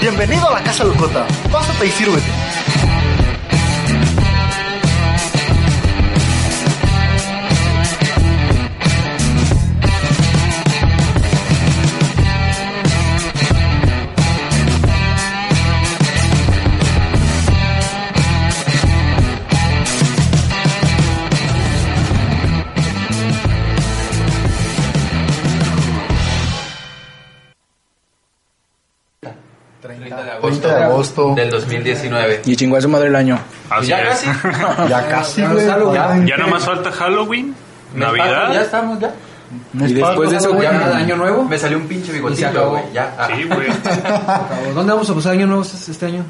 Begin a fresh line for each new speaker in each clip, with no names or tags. Bienvenido a la Casa Locota. Pásate y sírvete. agosto.
del 2019.
Y chingó a su madre el año.
Así
Ya
es.
casi.
Ya casi,
Ya,
güey.
Gonzalo,
Ya,
Ya nada más falta Halloween,
Ya
Navidad.
estamos, ya.
Y después de eso,
Ya
¿qué?
nada, año nuevo. Me salió un pinche bigotito,
acabó.
güey. Ya. ah.
Sí, güey.
¿Dónde vamos a pasar año nuevo este año?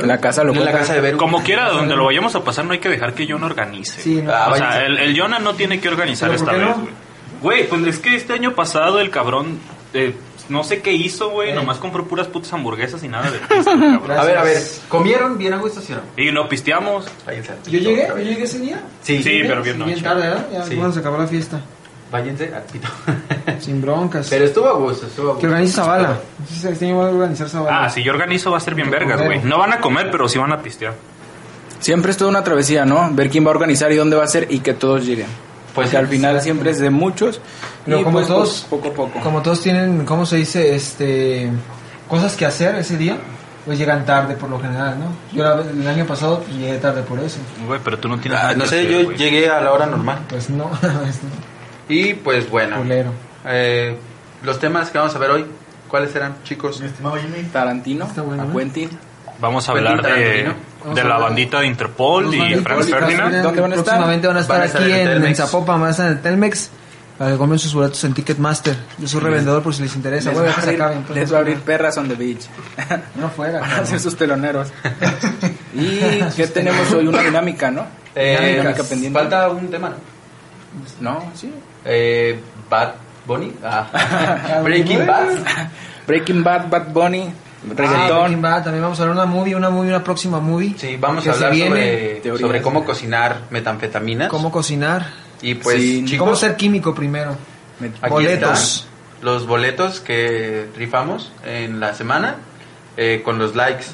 En la casa
En
locota.
la casa de Beru.
Como quiera, donde lo vayamos a pasar, no hay que dejar que John organice.
Sí, no.
Ah,
o
váyanse.
sea, el, el Jonah no tiene que organizar
¿Pero por
esta
qué
vez,
no?
güey. Güey, pues es que este año pasado el cabrón, eh, no sé qué hizo, güey, nomás compró puras putas hamburguesas y nada de pizza, cabrón.
A ver, a ver. ¿Comieron bien a gusto, sí o no?
Y no pisteamos.
Váyanse. al
Yo
pito
llegué,
otra
yo
vez.
llegué ese día.
Sí,
Sí, pero bien
Bien
noche.
tarde, ¿verdad? Ya
Sí.
bueno, se acabó la fiesta.
Váyanse al pito.
Sin broncas.
Pero estuvo a gusto, estuvo a
Que
gusto.
organice Zavala. No sé si Este año va a organizar Zavala.
Ah, si yo organizo va a ser bien vergas, güey. No van a comer, pero sí van a pistear.
Siempre es toda una travesía, ¿no? Ver quién va a organizar y dónde va a ser y que todos lleguen.
Pues
Pues
sí.
al final siempre es de muchos.
Pero
y
como
pues,
todos-
poco a poco.
Como todos tienen, ¿cómo se dice? Este, cosas que hacer ese día, pues llegan tarde por lo general, ¿no? Yo la- el año pasado pues, llegué tarde por eso.
Güey, pero tú no tienes
Ah,
nada
No
que
sé,
hacer,
yo
güey.
llegué a la hora normal.
Pues no, es no,
Y pues bueno.
culero.
Eh, los temas que vamos a ver hoy, ¿cuáles eran, chicos?
Mi estimado Jimmy.
Tarantino,
Está bueno,
a
¿eh?
Quentin.
Vamos a hablar
Quentin
de,
Tarantino.
Vamos
de
a
la
hablar.
bandita de Interpol y
Los
Franz
Bandits,
Ferdinand.
¿Dónde van a estar?
Próximamente van a estar
Van a estar
aquí
en el
en, en
Telmex.
Zapopan, van a estar en el Telmex. Para que compren sus boletos en Ticketmaster. Yo soy revendedor por si les interesa.
Les
Bueno, ya que
va, a
se
abrir,
acaben, pues,
les
no
va a
sé
abrir Ah, perras on the beach.
nada. No fuera.
Van a
cabrón. Ah,
ser sus teloneros. ¿Y qué tenemos hoy? Una dinámica, ¿no?
Eh,
dinámica pendiente.
falta un tema, ¿no?
No, sí.
Eh, Bad Bunny. Ah. Breaking Bad.
Breaking Bad, Bad Bunny,
Ah,
reggaetón.
Breaking Bad, También vamos a hablar de una movie, una movie, una próxima movie.
Sí, vamos
que
a
se
hablar
viene.
sobre,
Teorías.
sobre cómo cocinar metanfetaminas.
Cómo cocinar.
Y pues,
Sí.
chicos,
Cómo ser químico primero.
Me-
aquí
boletos.
están los boletos que rifamos en la semana eh, con los likes.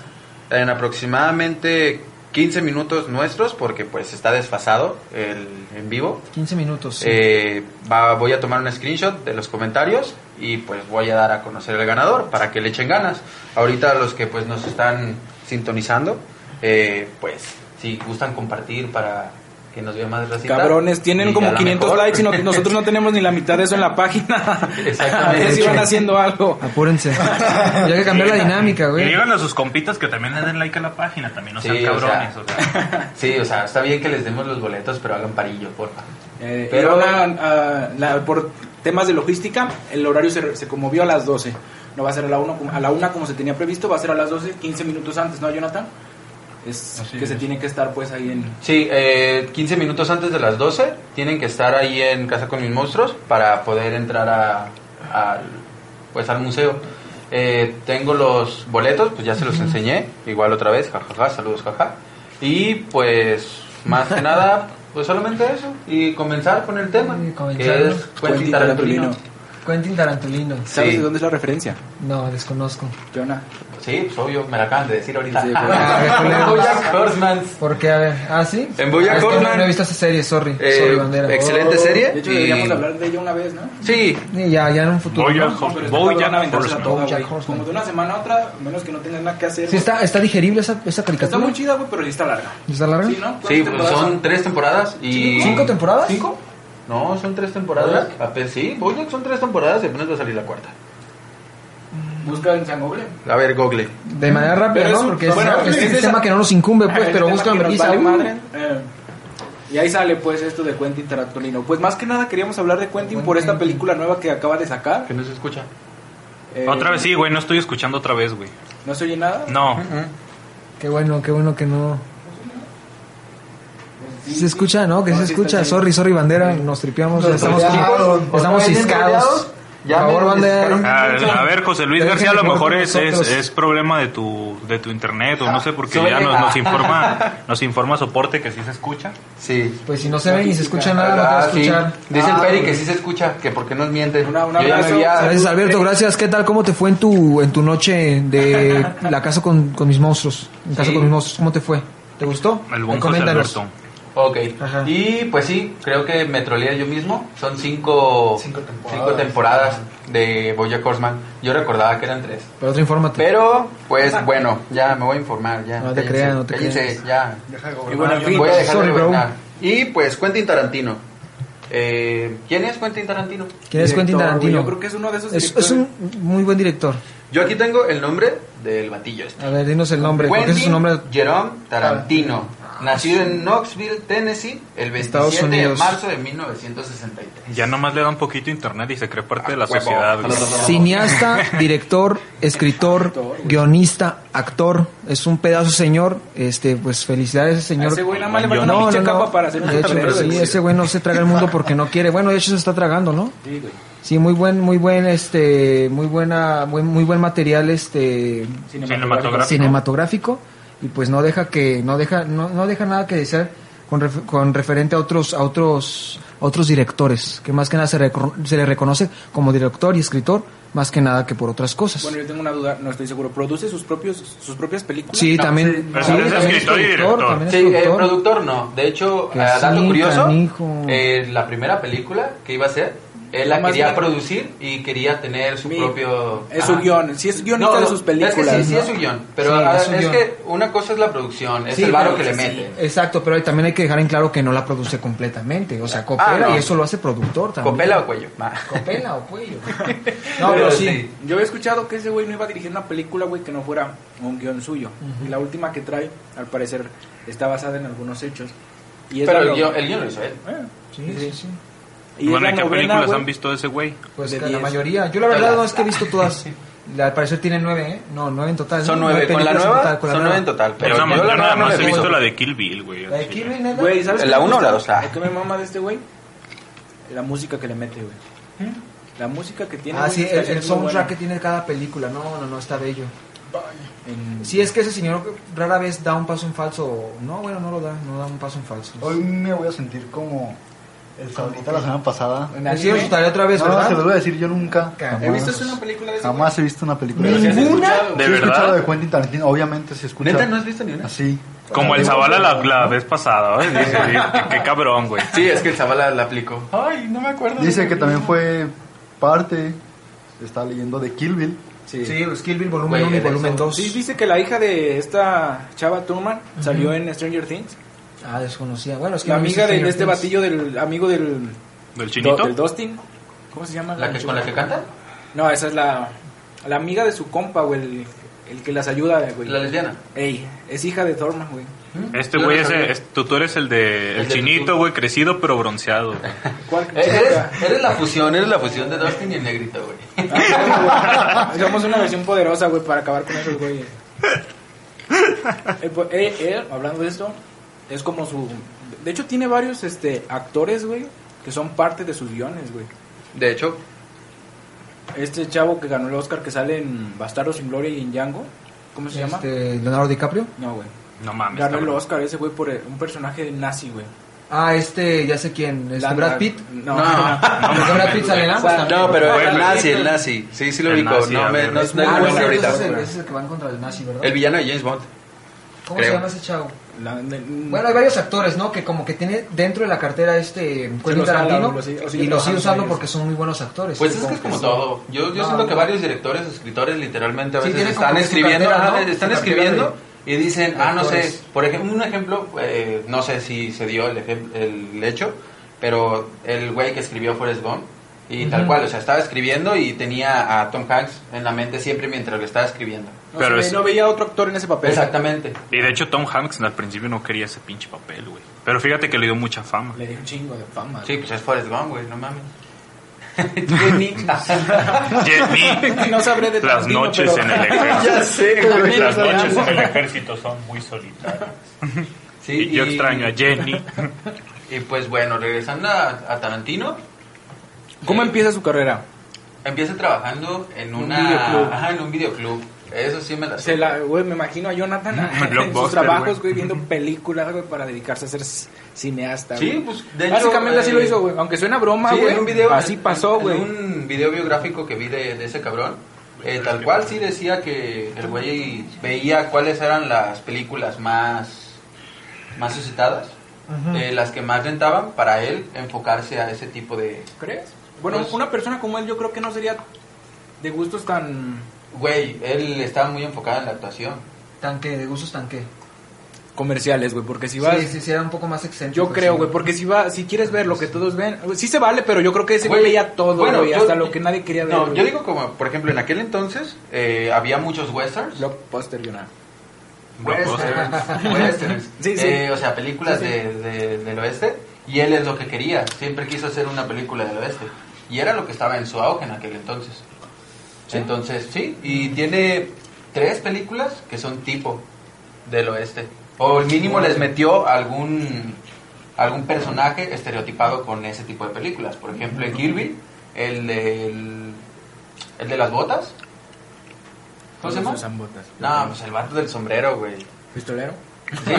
En aproximadamente 15 minutos nuestros, porque pues está desfasado el en vivo.
15 minutos. sí.
Eh, va- voy a tomar un screenshot de los comentarios y pues voy a dar a conocer el ganador para que le echen ganas. Ahorita los que pues nos están sintonizando, eh, pues si gustan compartir para que nos vea más racita.
Cabrones, tienen
Y a
como
lo
500
mejor-
likes y no- nosotros no tenemos ni la mitad de eso en la página. A ver si van haciendo algo.
Apúrense. ya hay que cambiar la dinámica,
Y
güey.
díganle a sus compitas que también le den like a la página, también no sean
Sí, o sea,
cabrones. O sea.
Sí, o sea, está bien que les demos los boletos, pero hagan parillo, porfa.
Eh,
Pero-
Pero por temas de logística, el horario se, se conmovió a las 12. No va a ser a la 1 como- a la una como se tenía previsto, va a ser a las 12, 15 minutos antes, ¿no, Jonathan? Es que se tiene que estar pues ahí en...
Sí, eh, 15 minutos antes de las 12 tienen que estar ahí en Casa con Mis Monstruos para poder entrar a, al, pues, al museo. Eh, tengo los boletos, pues ya se los enseñé, igual otra vez, jajaja, saludos, jaja. Y pues, más que nada, pues solamente eso, y comenzar con el tema,
Y comenzar,
que
¿no?
es pues, Quentin Tarantino.
Quentin Tarantulino.
¿Sabes
Sí.
de dónde es la referencia,
No, desconozco.
Jonah?
Sí, pues obvio, me la acaban de decir ahorita.
Sí,
pero-
Bojack Horseman.
¿Por qué? A ver. Ah, sí.
En Bojack
Ah, es que no-
Horseman.
No he visto esa serie, sorry.
Eh,
sorry, bandera. Oh.
Excelente serie.
De hecho,
y-
deberíamos hablar de ella una vez, ¿no?
Sí,
Y ya, ya en un futuro.
Voy a
¿no?
jo-
Pero
voy a
está cabrón aventársela
Horseman.
toda,
Bojack
güey.
Horseman.
Como de una semana a otra, a menos que no tengas nada que hacer.
Sí, está, está digerible esa, esa
Está
caricatura.
muy chida, güey, pero sí está larga.
¿Está larga?
Sí, ¿no?
Sí,
¿Cuántas
pues son tres temporadas y...
¿Cinco temporadas?
¿Cinco? No, son tres temporadas. Ape- sí, Bojack son tres temporadas y apenas va a salir la cuarta.
Busca en San Google.
A ver, Google.
De manera rápida,
Pero
¿no?
es un-
Porque es-
bueno,
es,
es
un
esa-
tema que no nos incumbe, pues,
Ah, El
pero
tema
gusta
que nos
vergüenza.
vale
Uh,
madre. Eh, y ahí sale pues esto de Quentin Tarantino. Pues más que nada queríamos hablar de Quentin por esta película nueva que acaba de sacar.
Que no se escucha.
Eh,
Otra vez sí, güey, no estoy escuchando otra vez, güey.
¿No se oye nada?
No,
Qué bueno, qué bueno que no. Sí se escucha, ¿no? Que
No,
se
sí
escucha.
está
Sorry, sorry, bandera. Nos tripeamos.
Nos
estamos
trolearon.
estamos
¿Otra vez
ciscados.
troleados? Ya
Por
me
favor,
notificaron.
banda.
A, a ver, José Luis
Déjense
García, a lo mejor
mejor con
es, es,
nosotros.
es problema de tu, de tu internet o no sé, porque
Soy-
ya nos, nos informa nos informa soporte que sí se escucha.
Sí.
Pues si no se ve ni se escucha nada, no
Ah,
puedo
sí.
escuchar. pues.
Dice el
Ah,
Peri
güey.
que sí se escucha, que porque nos mienten.
Una- un
Yo ya me
abrazo.
había-
Gracias Alberto, gracias. ¿Qué tal? ¿Cómo te fue en tu en tu noche de la casa con, con mis monstruos? En casa
Sí.
con mis monstruos, ¿cómo te fue? ¿Te gustó?
El buen José
Ahí coméntanos.
Alberto.
Ok.
Ajá.
Y pues sí, creo que me troleé yo mismo. Son cinco,
Cinco temporadas.
cinco temporadas de Boya Horseman. Yo recordaba que eran tres.
Pero otro infórmate.
Pero, pues bueno, ya me voy a informar. Ya,
No te creas, no te
cállense,
creas.
ya.
Deja de
Y bueno, en
gobernar.
fin,
Voy a dejar
sorry,
de
bro.
gobernar. Y pues Quentin Tarantino. Eh, ¿Quién es Quentin Tarantino?
¿Quién es
Director,
Quentin
güey,
Tarantino?
Yo creo que es uno de esos
es, es
directores.
un muy buen director.
Yo aquí tengo el nombre del batillo este.
A ver, dinos el nombre, porque ese es
Quentin
su nombre. Ah.
Jerome Tarantino. Nacido en Knoxville, Tennessee, el
Estados
27 de
Unidos.
marzo de 1963.
Ya nomás le da un poquito de internet y se cree parte de la
Ah, huevo.
sociedad. güey.
Cineasta, director, escritor, guionista, actor, es un pedazo señor. Este, pues felicidades ese
A
señor.
ese güey nada más le falta
Yo
una
no,
pinche capa para hacer un
De hecho,
tablero de
sí,
luces.
ese güey no se traga el mundo porque no quiere. Bueno, de hecho se está tragando, ¿no?
Sí, güey.
Sí, muy buen, muy buen, este, muy buena, muy, muy buen material, este,
Cinematográfico.
cinematográfico y pues no deja que, no deja, no, no deja nada que desear con, ref- con referente a otros, a otros, a otros directores que más que nada se, recor- se le reconoce como director y escritor más que nada que por otras cosas.
Bueno, yo tengo una duda, no estoy seguro. ¿Produce sus propios sus propias películas?
sí,
no,
también,
pero
sí,
es
también
escritor y director.
también es
Sí, eh,
productor.
productor no. De hecho,
Que
eh, dato
sí,
curioso,
canijo.
eh, la primera película que iba a hacer, él la
Nomás
quería
la-
producir y quería tener su
Mi-
propio...
Es su
Ajá.
guión, sí es guionista
No, no,
de sus películas.
Es que sí, sí
¿no?
es su guión. Pero
Sí,
ah,
es
es,
un guión.
que una cosa es la producción, es
Sí,
el varo
pero
que le
sí,
mete.
Exacto, pero también hay que dejar en claro que no la produce completamente. O sea, copela
Ah, no.
y eso lo hace productor también.
¿Copela o cuello? Ah.
Copela o cuello.
No, pero sí.
sí.
Yo había escuchado que ese güey no iba a dirigir una película, güey, que no fuera un guión suyo. Y la última que trae, al parecer, está basada en algunos hechos. Y es
Pero
la
el
no-
guión, el guión lo hizo
Ah,
él.
Eh,
Sí, sí, sí.
Y es
Bueno,
la
¿y ¿qué
novena,
películas
güey.
han visto de ese güey?
Pues
De
que la
diez.
mayoría. Yo la verdad no es que he visto todas. La- Al parecer tiene nueve, ¿eh? No, nueve en total.
Son
¿no?
nueve, con la
películas en
nueva,
total, con la
son nueve en total.
Yo
Pero
nada
yo
más,
la
yo
verdad
nada
no
más
la
he
he
visto
visto.
la de Kill Bill, güey.
La de Kirby, nada.
Güey, ¿sabes
¿La
qué me
uno o la
gusta?
dos? Ah.
Lo que me mama de este güey? La música que le mete, güey.
¿Mm?
La música que tiene.
Ah,
güey,
sí,
es
el,
que
el
es muy
soundtrack que
buena.
tiene cada película. No, no, no, está bello.
En-
Sí, es que ese señor rara vez da un paso en falso. No, bueno, no lo da, no da un paso en falso.
Hoy me voy a sentir como el saudita la semana pasada.
en
Sí,
anime.
lo tarea otra vez,
No, no, se los
¿verdad?
voy a decir, yo nunca.
Jamás.
¿He visto una película de ese güey?
Jamás he visto una película.
Pero sí has
¿Ninguna?
escuchado,
¿De
sí, he escuchado
verdad?
de Quentin Tarantino, obviamente se escucha.
¿Neta no has visto ni una?
Así.
Como el Zavala la, la vez pasada, güey. Dice, qué, qué cabrón, güey.
Sí, es que el Zavala la aplicó. Ay, no me acuerdo.
Dice que también fue parte, está leyendo, de Kill Bill.
Sí.
Sí, los Kill Bill volumen
Güey,
1 y
en eso-
volumen 2.
Sí, dice que la hija de esta chava Truman salió en Stranger Things.
Ah, desconocía. Bueno, es que
La
no he visto
amiga de, de
Stranger
este
Things.
batillo del amigo del,
¿Del
do-
chinito?
del Dustin. ¿Cómo se llama?
¿La que, con la que canta?
No, esa es la, la amiga de su compa, güey. El, el que las ayuda, güey.
La lesbiana.
Ey, es hija de Thorman, güey.
Este
Yo no
güey, es,
sabía.
es- tú, tú eres el de el
El de
chinito,
YouTube.
güey, crecido pero bronceado. güey.
¿Cuál?
Eh, Eres, eres la fusión, eres la fusión de Dustin y el negrito, güey.
Ah, güey. Somos una versión poderosa, güey, para acabar con esos güeyes. Eh, pues, Él, él, hablando de esto, es como su... De hecho, tiene varios este, actores, güey, que son parte de sus guiones, güey.
De hecho,
Este chavo que ganó el Oscar que sale en Bastardo sin Gloria y en Django. ¿Cómo se llama?
Este, Leonardo DiCaprio.
No, güey.
No
Ah,
mames.
Ganó el
cabrón.
Oscar ese güey por eh, un personaje nazi, güey.
Ah, este, ya sé quién. Este,
La-
Brad Pitt.
No.
No.
¿El de Brad Pitt sale en ambos también?
No, pero el
Bueno.
nazi, el nazi. Sí, sí lo
El
ubico.
nazi, a
no, me,
ver.
no, no,
Es
no
Ah,
me
no,
acuerdo ahorita.
entonces ese es el que van contra el nazi, ¿verdad?
El villano de James Bond.
¿Cómo
creo.
se llama ese chavo?
La- mm. ne-
Bueno, hay varios actores, ¿no? Que como que tiene dentro de la cartera este Quentin
los jala,
Tarantino
los sigue- los sigue
y lo sigue
trabajando
usando
ellos.
porque son muy buenos actores.
Pues
Sí,
es que es como
que
todo. Yo, yo
No,
siento que
no.
varios directores, escritores, literalmente a
Sí,
veces
tienen como
están
su
escribiendo,
cartera,
ajá,
¿no?
están
Su cartera
escribiendo y dicen, ah, no sé,
actores.
por ejemplo, un ejemplo, eh, no sé si se dio el, ejem- el hecho, pero el güey que escribió Forrest Gump y tal
Ujú.
cual, o sea, estaba escribiendo y tenía a Tom Hanks en la mente siempre mientras lo estaba escribiendo.
No,
Pero
se ve-
es-
no veía otro actor en ese papel.
Exactamente.
Y de hecho Tom Hanks al principio no quería ese pinche papel, güey. Pero fíjate que le dio mucha fama.
Le dio un chingo de fama.
Sí, pues es Forrest Gump, güey, no mames. Jenny.
Jet Li,
No sabré de
las
Tarantino,
noches
pero-
en el
Ya
ejército.
sé, güey.
Las noches en el ejército son muy solitarias.
Sí,
Y yo extraño a Jenny.
Y pues bueno, regresando a, a Tarantino,
¿Cómo empieza su carrera?
Empieza trabajando en
Un
una
videoclub.
ajá, en un videoclub. Eso sí me la
Se la, güey, me imagino a Jonathan en sus
Blockbuster,
trabajos,
güey.
güey, viendo películas, güey, para dedicarse a ser c- cineasta,
Sí,
güey.
pues, de hecho,
Básicamente así
eh,
lo hizo, güey. Aunque suena broma,
Sí,
güey.
en un video.
así
en-
pasó,
en
güey.
un video biográfico que vi de, de ese cabrón. eh, tal cual sí decía que el güey veía cuáles eran las películas más, más suscitadas, eh, las que más rentaban para él enfocarse a ese tipo de...
¿Crees? Bueno,
Pues-
una persona como él yo creo que no sería de gustos tan
Güey, él estaba muy enfocado en la actuación.
Tanque, de gustos tanque.
comerciales, güey, porque si
Sí,
vas...
sí, sí, era un poco más excéntrico.
pues
Yo creo,
sí.
güey, porque si va, si quieres ver lo que todos ven, güey, sí se vale, pero yo creo que ese güey
Güey,
veía todo,
bueno,
güey,
yo-
hasta lo que nadie quería ver.
No,
güey.
yo digo como, por ejemplo, en aquel entonces eh, había muchos westerns.
Blockbuster, Jonathan.
Westerns, westerns.
Sí, sí.
Eh, o sea, películas
Sí, sí.
de- de- del oeste. Y él es lo que quería. Siempre quiso hacer una película del oeste. Y era lo que estaba en su auge en aquel entonces. Entonces, sí. Y tiene tres películas que son tipo del oeste. O al mínimo les metió algún algún personaje estereotipado con ese tipo de películas. Por ejemplo, en Kirby, el de, el, de las botas. ¿Cómo se llama?
Usan botas.
No, pues el vato del sombrero, güey.
¿Pistolero?
Sí,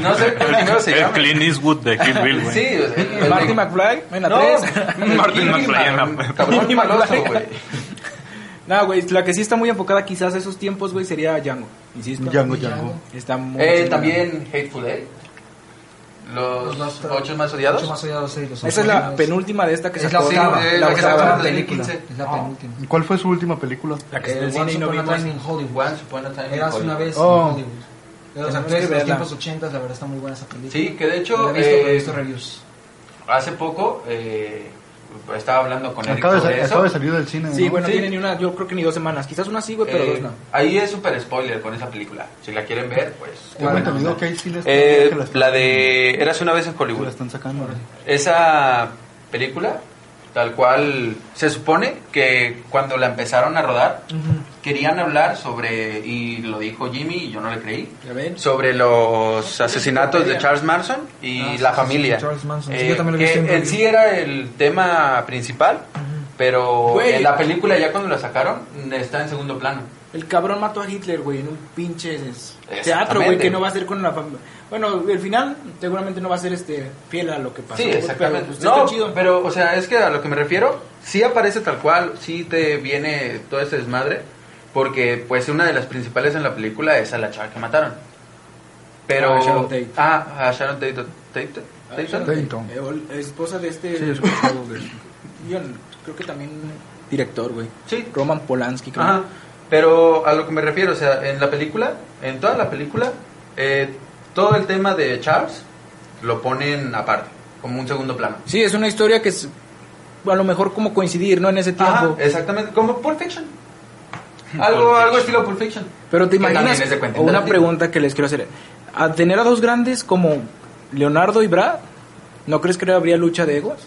no sé pero primero se
El
llama.
Clint Eastwood de Kill Bill, güey.
Sí, o sea, el- el-
Marty McFly, ven a
No,
tres.
el-
Martin McFly en la-
Cabrón maloso, güey.
No, güey, la que sí está muy enfocada quizás a esos tiempos, güey, sería Django, insisto.
Django,
Django.
Django.
Está muy
Eh,
chingona.
también Hateful Eight. Los,
Los más-
ocho más odiados.
Ocho más odiados, sí, los
Esa
ocho
es
más
la
odiados.
penúltima de esta que
Es
sacó.
la octava,
Sí, eh,
la
la que
octava
sacaron en
película.
2015.
Es la penúltima.
¿Cuál fue su última película?
La que está
Eh,
en cine
Once
y no
Upon
vi
a
todas.
Time in Hollywood.
Once Upon a Time in
Eras una
Hollywood.
vez
Oh.
en Hollywood. De los
Tenemos
actores
que
de los
verla.
tiempos 80, la verdad está muy buena esa película.
Sí, que de hecho,
La he visto, pero he
eh,
visto reviews.
Hace poco eh, estaba hablando con Eric
Acaba de,
sobre
sa-
eso.
acaba de salir del cine.
Sí,
¿no?
bueno,
Sí.
tiene ni una, yo creo que ni dos semanas. Quizás una sí, güey, pero
Eh,
dos no.
Ahí es súper spoiler con esa película. Si la quieren ver, pues.
Tengo
Bueno,
entendido que hay cines
Eh,
que están-
la de Eras una vez en
que
Hollywood.
la están sacando.
Esa película, tal cual, se supone que cuando la empezaron a rodar, querían hablar sobre, y lo dijo Jimmy y yo no le creí,
¿Ya ven?
sobre los asesinatos de Charles Manson y
Ah, sí,
la
sí,
familia.
sí, Charles Manson. Sí,
Eh,
yo también lo he
que
visto en
en sí era el tema principal, pero
Güey.
en la película ya cuando la sacaron está en segundo plano.
El cabrón mató a Hitler, güey, en un pinche es-
Exactamente.
teatro, güey, que no va a ser con la familia. Bueno, el final seguramente no va a ser este fiel a lo que pasó.
Sí,
güey,
exactamente.
Pero, pues,
no,
está chido.
pero, o sea, es que a lo que me refiero, sí aparece tal cual, sí te viene todo ese desmadre, porque, pues, una de las principales en la película es a la chava que mataron. Pero...
Ah, Sharon Tate.
Ah, a Sharon Tate. Tate-
Ah,
Tate-
Sharon
Dayton.
Eh, ol- esposa de este.
Sí, es un juego de-
Yo creo que también director, güey.
Sí.
Roman Polanski, creo.
Ajá. Pero a lo que me refiero, o sea, en la película, en toda la película, eh, todo el tema de Charles lo ponen aparte, como un segundo plano.
Sí, es una historia que es a lo mejor como coincidir, ¿no? En ese
Ajá,
tiempo.
exactamente, como Pulp Fiction. Algo,
Pulp
algo
Fiction.
estilo Pulp Fiction.
Pero te
Que también
imaginas
es de Quentin
o una
Tarantino.
pregunta que les quiero hacer. A tener a dos grandes como Leonardo y Brad, ¿no crees que habría lucha de egos?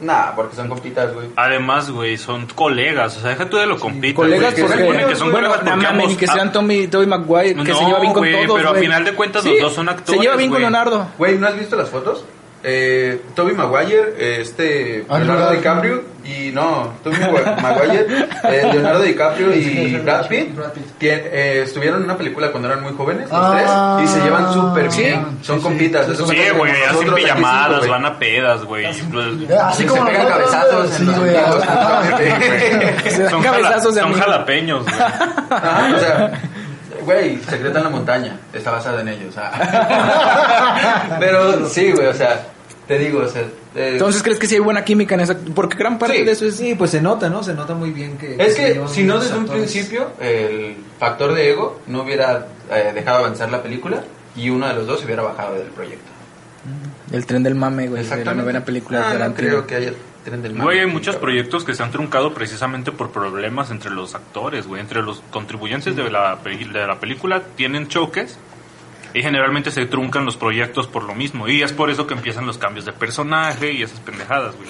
Nah, porque son compitas, güey.
Además, güey, son colegas. O sea, deja tú de lo compita.
Colegas,
güey, que
porque
se supone que son
bueno,
colegas
no
porque
mames,
ambos-
ni que
ah,
sean Tommy, Tommy McGuire, que se
No,
lleva bien con
güey,
todos.
pero a
güey.
final de cuentas los dos son actores,
Se lleva bien
güey.
con Leonardo.
Güey, ¿no has visto las fotos? Eh, Toby Maguire, eh, este
Andrew
Leonardo
Garfield.
DiCaprio y no, Toby Magu- Maguire, eh, Leonardo DiCaprio y Brad Pitt
Brad Pitt.
tien- eh, estuvieron en una película cuando eran muy jóvenes los
Ah,
tres y se llevan súper
sí,
bien,
sí,
son
sí.
compitas. Eso
Sí,
pasa
güey,
con
hacen
nosotros aquí
pijamadas,
cinco,
van
güey.
a pedas, güey.
Así
Y
como
se pegan
nosotros,
cabezazos
sí,
en los
güey.
amigos, exactamente.
Se dan
Son,
cabezazos de
jala- son
amigos.
jalapeños, güey.
Ajá, o sea, güey, Secreta en la Montaña está basada en ellos. o sea. Pero sí, güey, o sea, te digo, o sea, eh,
Entonces, ¿crees que sí hay buena química en esa? Porque gran parte
Sí.
de eso es
Sí, pues se nota, ¿no? Se nota muy bien que...
es
se
que
llevan
si no
los
desde un
actores.
principio el factor de ego no hubiera eh, dejado avanzar la película y uno de los dos hubiera bajado del proyecto.
el tren del mame, güey, de la novena película
Ah,
de
no
Tarantino.
creo que haya tren del mame,
Güey, hay muchos
cabrón.
proyectos que se han truncado precisamente por problemas entre los actores, güey. Entre los contribuyentes de la, peli- de la película tienen choques y generalmente se truncan los proyectos por lo mismo. Y es por eso que empiezan los cambios de personaje y esas pendejadas, güey.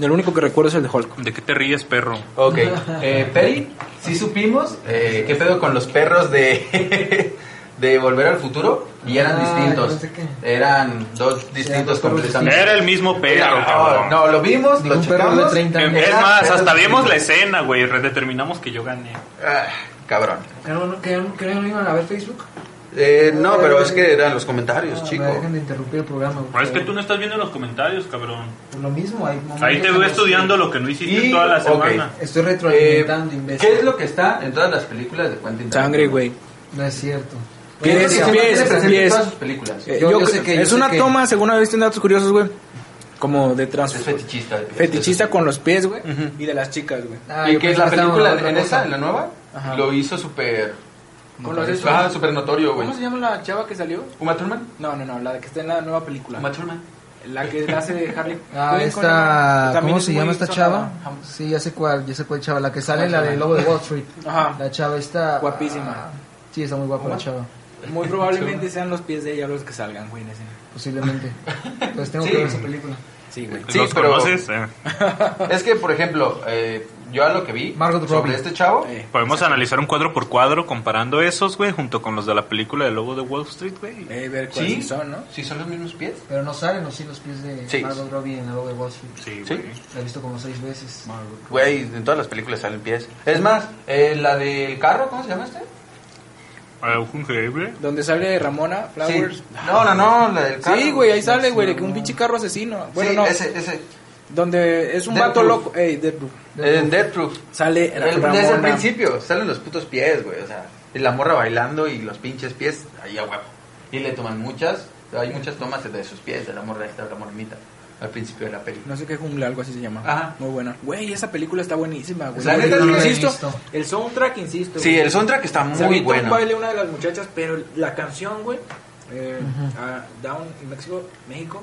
El único que recuerdo es el de Hulk.
¿De qué te ríes, perro?
Ok, eh, Peri, sí supimos eh, qué pedo con los perros de, de Volver al Futuro y eran
Ah,
distintos.
yo pensé que-
Eran dos distintos
perros
completamente.
Era el mismo perro,
No,
cabrón.
No, lo vimos, lo
Un perro de
checamos.
30 años.
Es más,
Era-
hasta vimos la escena, güey. Redeterminamos que yo gané.
Ah, cabrón.
¿Que no, que no- que no iban a ver Facebook?
Eh, no, pero es que eran los comentarios,
Ah,
chico.
me Dejan de interrumpir el programa.
Pero es que tú no estás viendo los comentarios, cabrón.
Por Lo mismo. Hay momentos
Ahí te
en
veo
los
estudiando lo que no hiciste
Y-
toda la
ok.
semana.
que- Estoy
Eh,
retroalimentando, imbécil.
¿Qué es lo que está en todas las películas de Quentin Tarantino?
Sangre, güey. Eh,
No es cierto.
¿Qué
Bueno,
es?
sí,
Se mantiene
pies,
presente en
pies.
todas sus películas.
Eh,
Yo-
yo
yo
cre-
sé que- yo
es
sé
una
que-
toma, según he visto en datos curiosos, güey. Como de trans...
Es fetichista. de pies.
Eh, Fetichista con los pies, güey. Y de las chicas, güey.
Ah,
y
yo
que
pensé
la
que estábamos
película,
hablando de
en
otra
esa,
cosa.
en la nueva,
Ajá.
lo hizo súper...
Con los
notorio.
estos-
Ajá, súper notorio, Ah, güey.
¿Cómo se llama la chava que salió?
¿Uma Thurman?
No, no, no, la que está en la nueva película.
Uma Thurman.
La que la hace de Harley
Ah,
Quinn con la-
esta.
también
¿Cómo
es
se
muy
llama esta chava?
sonada.
Sí, ya sé cuál, ya sé cuál chava. La que sale, la del Lobo de Wall Street.
Ajá.
La chava está. Ah,
Guapísima.
Sí, está muy guapa la chava.
Muy probablemente sean los pies de ella los que salgan, güey. en ese-
Posiblemente. Entonces tengo
Sí.
que ver esa película.
Sí, güey.
Sí,
¿Los
pero-
conoces? Eh.
Es que, por ejemplo, eh, yo a lo que vi
Margot
sobre
Robbie.
este chavo,
Eh,
Podemos analizar un cuadro por cuadro comparando esos, güey, junto con los de la película de Lobo de Wall Street, güey.
eh, ver cuáles
sí,
son, ¿no?
sí son los mismos pies.
Pero no salen, ¿o sí? Los pies de
Sí.
Margot Robbie en el logo de Wall Street.
Sí,
Sí.
güey.
La he visto como seis veces.
Güey, en todas las películas salen pies. Es más, eh, la del carro, ¿cómo se llama este?
Ah, Augenheimer.
Donde sale Ramona Flowers.
Sí. No, no, no, la del carro.
Sí, güey, ahí
sí,
sale, güey,
sí,
de que un
no.
pinche carro asesino. Bueno,
Bueno, sí,
no,
ese, ese.
donde es un
Death
vato
Proof.
loco. Ey, Deadpool.
Eh, Death Proof.
Sale
El-
Ramona.
desde el principio salen los putos pies, güey. O sea, y la morra bailando y los pinches pies ahí a huevo. Y le toman muchas, hay muchas tomas de sus pies, de la morra esta, de la mormita, al principio de la película.
No sé qué jungla, algo así se llama.
Ajá.
Muy buena. Güey, esa película está buenísima, güey.
La neta,
Yo
no la he
insisto,
visto.
el soundtrack, insisto.
Sí,
güey.
el soundtrack está
Se
muy
aventó un
bueno.
baile una de las muchachas, pero la canción, güey, eh, ah, Down en México, México,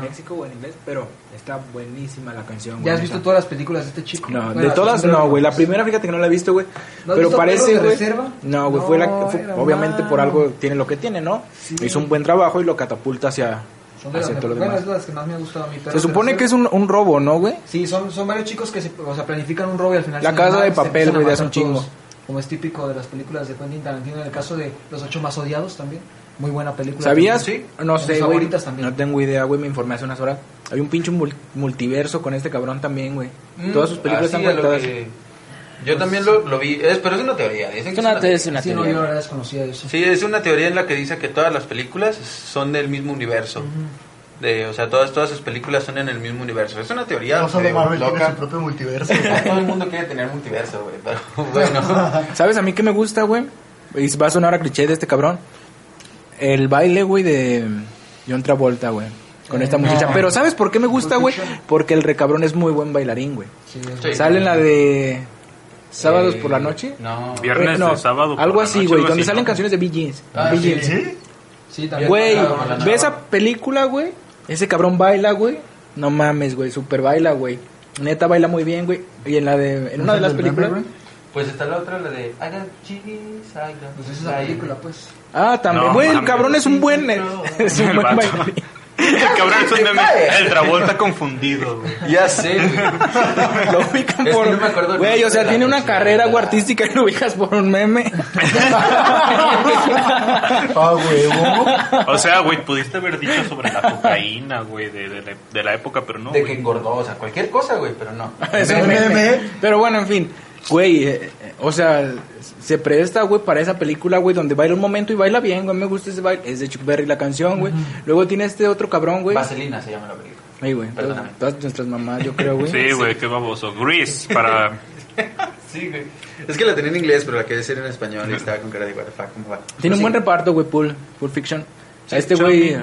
México o en inglés, pero está buenísima la canción, güey.
¿Ya has
neta.
visto todas las películas de este chico?
No,
Bueno,
de
las
todas
primeras
no, güey. La
películas.
primera, fíjate que no la he visto, güey.
¿No has
pero
visto Perros
parece,
de
güey.
Reserva?
No, güey, fue la
No,
fue-
hermano.
obviamente por algo tiene lo que tiene, ¿no?
Sí.
Hizo un buen trabajo y lo catapulta hacia,
Son de las,
hacia Ah, todo lo
bueno,
demás.
es de las que más me ha gustado a mí.
Se supone que es un, un robo, ¿no, güey?
Sí, son, son varios chicos que se, o sea, planifican un robo y al final...
La
se
Casa
mandan,
de
se
Papel,
empiezan a
güey, de hace un
matar todos,
chingo.
Como es típico de las películas de Quentin Tarantino, en el caso de Los Ocho Más Odiados también. Muy buena película.
¿Sabías?
también.
No
Mis
sé, güey.
favoritas también.
No tengo idea, güey. Me informé hace unas horas. Hay un pinche mul- multiverso con este cabrón también, güey.
Mm,
Todas sus películas
así
están
a lo
conectadas.
que- Yo también lo, lo vi, es, pero es una teoría. Dicen que
Es una teoría, es una
Sí, no,
teoría.
yo la verdad desconocía de eso.
Sí, es una teoría en la que dice que todas las películas son del mismo universo. De, o sea, todas, todas sus películas son en el mismo universo. Es una teoría
No solo
medio
Marvel tiene
loca.
su propio multiverso.
Todo el mundo quiere tener multiverso, güey. Pero bueno.
¿Sabes a mí qué me gusta, güey? Y va a sonar a cliché de este cabrón. El baile, güey, de John Travolta, güey. Con esta
Eh,
muchacha.
no.
Pero ¿sabes por qué me gusta, güey?
Fiction.
Porque el recabrón es muy buen bailarín, güey.
Sí, es-
Sí.
Sale en la de Sábados
Eh,
por la Noche.
No.
Viernes. de sábado por
Algo
la
así,
noche,
güey.
algo
Donde
así,
salen
¿no?
canciones de Bee Gees.
Ah,
Bee
sí,
Gees.
¿Sí?
Sí, también.
Güey,
Claro, con la
ve
nueva.
esa película, güey. Ese cabrón baila, güey. No mames, güey. Super baila, güey. Neta baila muy bien, güey. Y en la de en una de las películas.
Pues está la otra, la de I got cheese, I got
Pues esa es la película, pues.
Ah, también.
No
Güey, el
mames.
cabrón es un buen eh, es un
El vato.
buen bailarín.
El cabrón es un meme. El Travolta confundido, güey.
Ya sé, güey.
Lo ubican
Es que
por
no me acuerdo el
Güey,
nombre
o sea,
de la
tiene una
película.
carrera güey, artística y lo ubicas por un meme.
Ah, huevo.
O sea, güey, pudiste haber dicho sobre la cocaína, güey, de, de la- de la época, pero no,
De que
güey.
engordó, o sea, cualquier cosa, güey, pero no.
Es un
Meme.
meme. Pero bueno, en fin. Güey, eh, eh, o sea, se presta, güey, para esa película, güey, donde baila un momento y baila bien, güey. Me gusta ese baile. Es de Chuck Berry la canción, güey. Luego tiene este otro cabrón, güey.
Vaselina se llama la película.
Ay, güey, to-
Perdóname.
todas nuestras mamás, yo creo, güey.
Sí, güey, qué baboso. Grease, para...
Sí, güey. Es que la tenía en inglés, pero la quería decir en español y estaba con cara de what the fuck, ¿cómo va?
Tiene un buen reparto, güey, Pulp, Pulp Fiction. A este güey,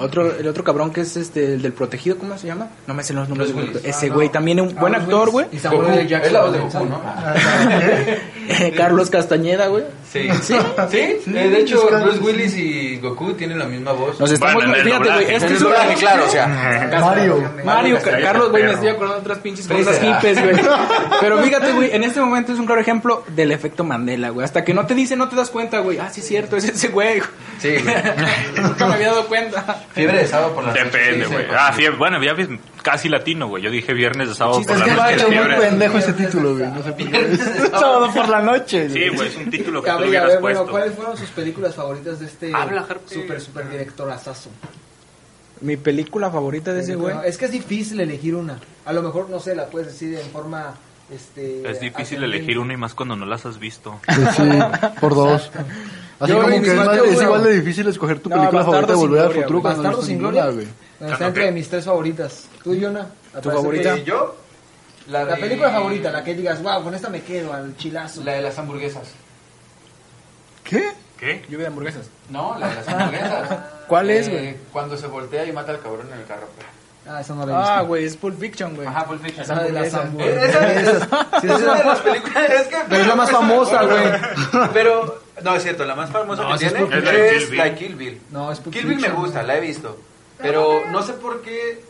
otro, el otro cabrón que es este, el del protegido, ¿cómo se llama? No me sé los nombres.
Bruce
güey.
Willis.
Ese güey también es un buen
Ah,
actor, güey.
Willis. Y Samuel L.
Goku.
Jackson.
Es la voz de Goku, ¿no?
Ah,
Carlos Castañeda, güey.
Sí. ¿Sí? Eh, de hecho, Bruce Willis y Goku tienen la misma voz.
Nos estamos,
Bueno, en el
fíjate, güey,
doblaje.
este
En el
es un-
doblaje, claro, o sea.
Mario.
Mario,
Mario Castañeda,
Carlos, güey, me
perro.
estoy acordando de otras pinches
Freezer.
cosas hippies, güey. Pero fíjate, güey, en este momento es un claro ejemplo del efecto Mandela, güey. Hasta que no te dice, no te das cuenta, güey. Ah, sí, es cierto, es ese güey.
Sí, güey.
Nunca me había dado cuenta.
Fiebre de sábado por la noche,
Depende,
sí,
güey.
sí.
Ah, fiebre. Bueno, ya ves, casi latino, güey. Yo dije viernes de sábado por
Es
la
que
noche.
va, que muy
fiebre.
pendejo ese título, güey. No sé por qué. Sábado por la noche.
Sí, güey, es un título que
A
tú
ver, a
hubieras
ver, bueno,
puesto.
¿cuáles fueron sus películas favoritas de este
Habla, Harpe.
super, super directorazazo?
Mi película favorita de ese güey.
Es que es difícil elegir una. A lo mejor, no sé, la puedes decir en forma... Este,
Es difícil
ascendente.
elegir una y más cuando no las has visto.
Pues sí, por dos. Así
Yo,
como
güey,
que es,
mis
más-
vatos,
es
güey.
igual de difícil escoger tu
No,
película
Bastardo
favorita de
sin
Volver al
gloria,
Futuro cuando no
Bastardo
has
sin
visto
gloria.
ninguna, güey.
Está entre mis tres favoritas. Tú y una. a
¿Tu
parecer
favorita?
que-
Eh, yo, la
La
de-
película favorita, la que digas, wow, con esta me quedo, al chilazo.
La de las hamburguesas.
¿Qué?
¿Qué?
Lluvia de hamburguesas.
No, la de las hamburguesas.
¿Cuál es,
Eh,
güey?
Cuando se voltea y mata al cabrón en el carro. pues.
Ah, esa no la he visto.
Ah, güey, es Pulp Fiction, güey.
Ajá, Pulp Fiction.
Esa de las
Eh,
hamburguesas.
esa-
Sí,
Es una de las
esa-
películas, es que... pues,
Pero es la más famosa, güey.
Pero, no, es cierto, la más famosa
No,
que
sí es
tiene
Pulp
es la
Fiction.
de
Kill
Kill
Bill.
Bill.
No, es Pulp
Kill Bill me
Fiction.
gusta, la he visto. Pero no sé por qué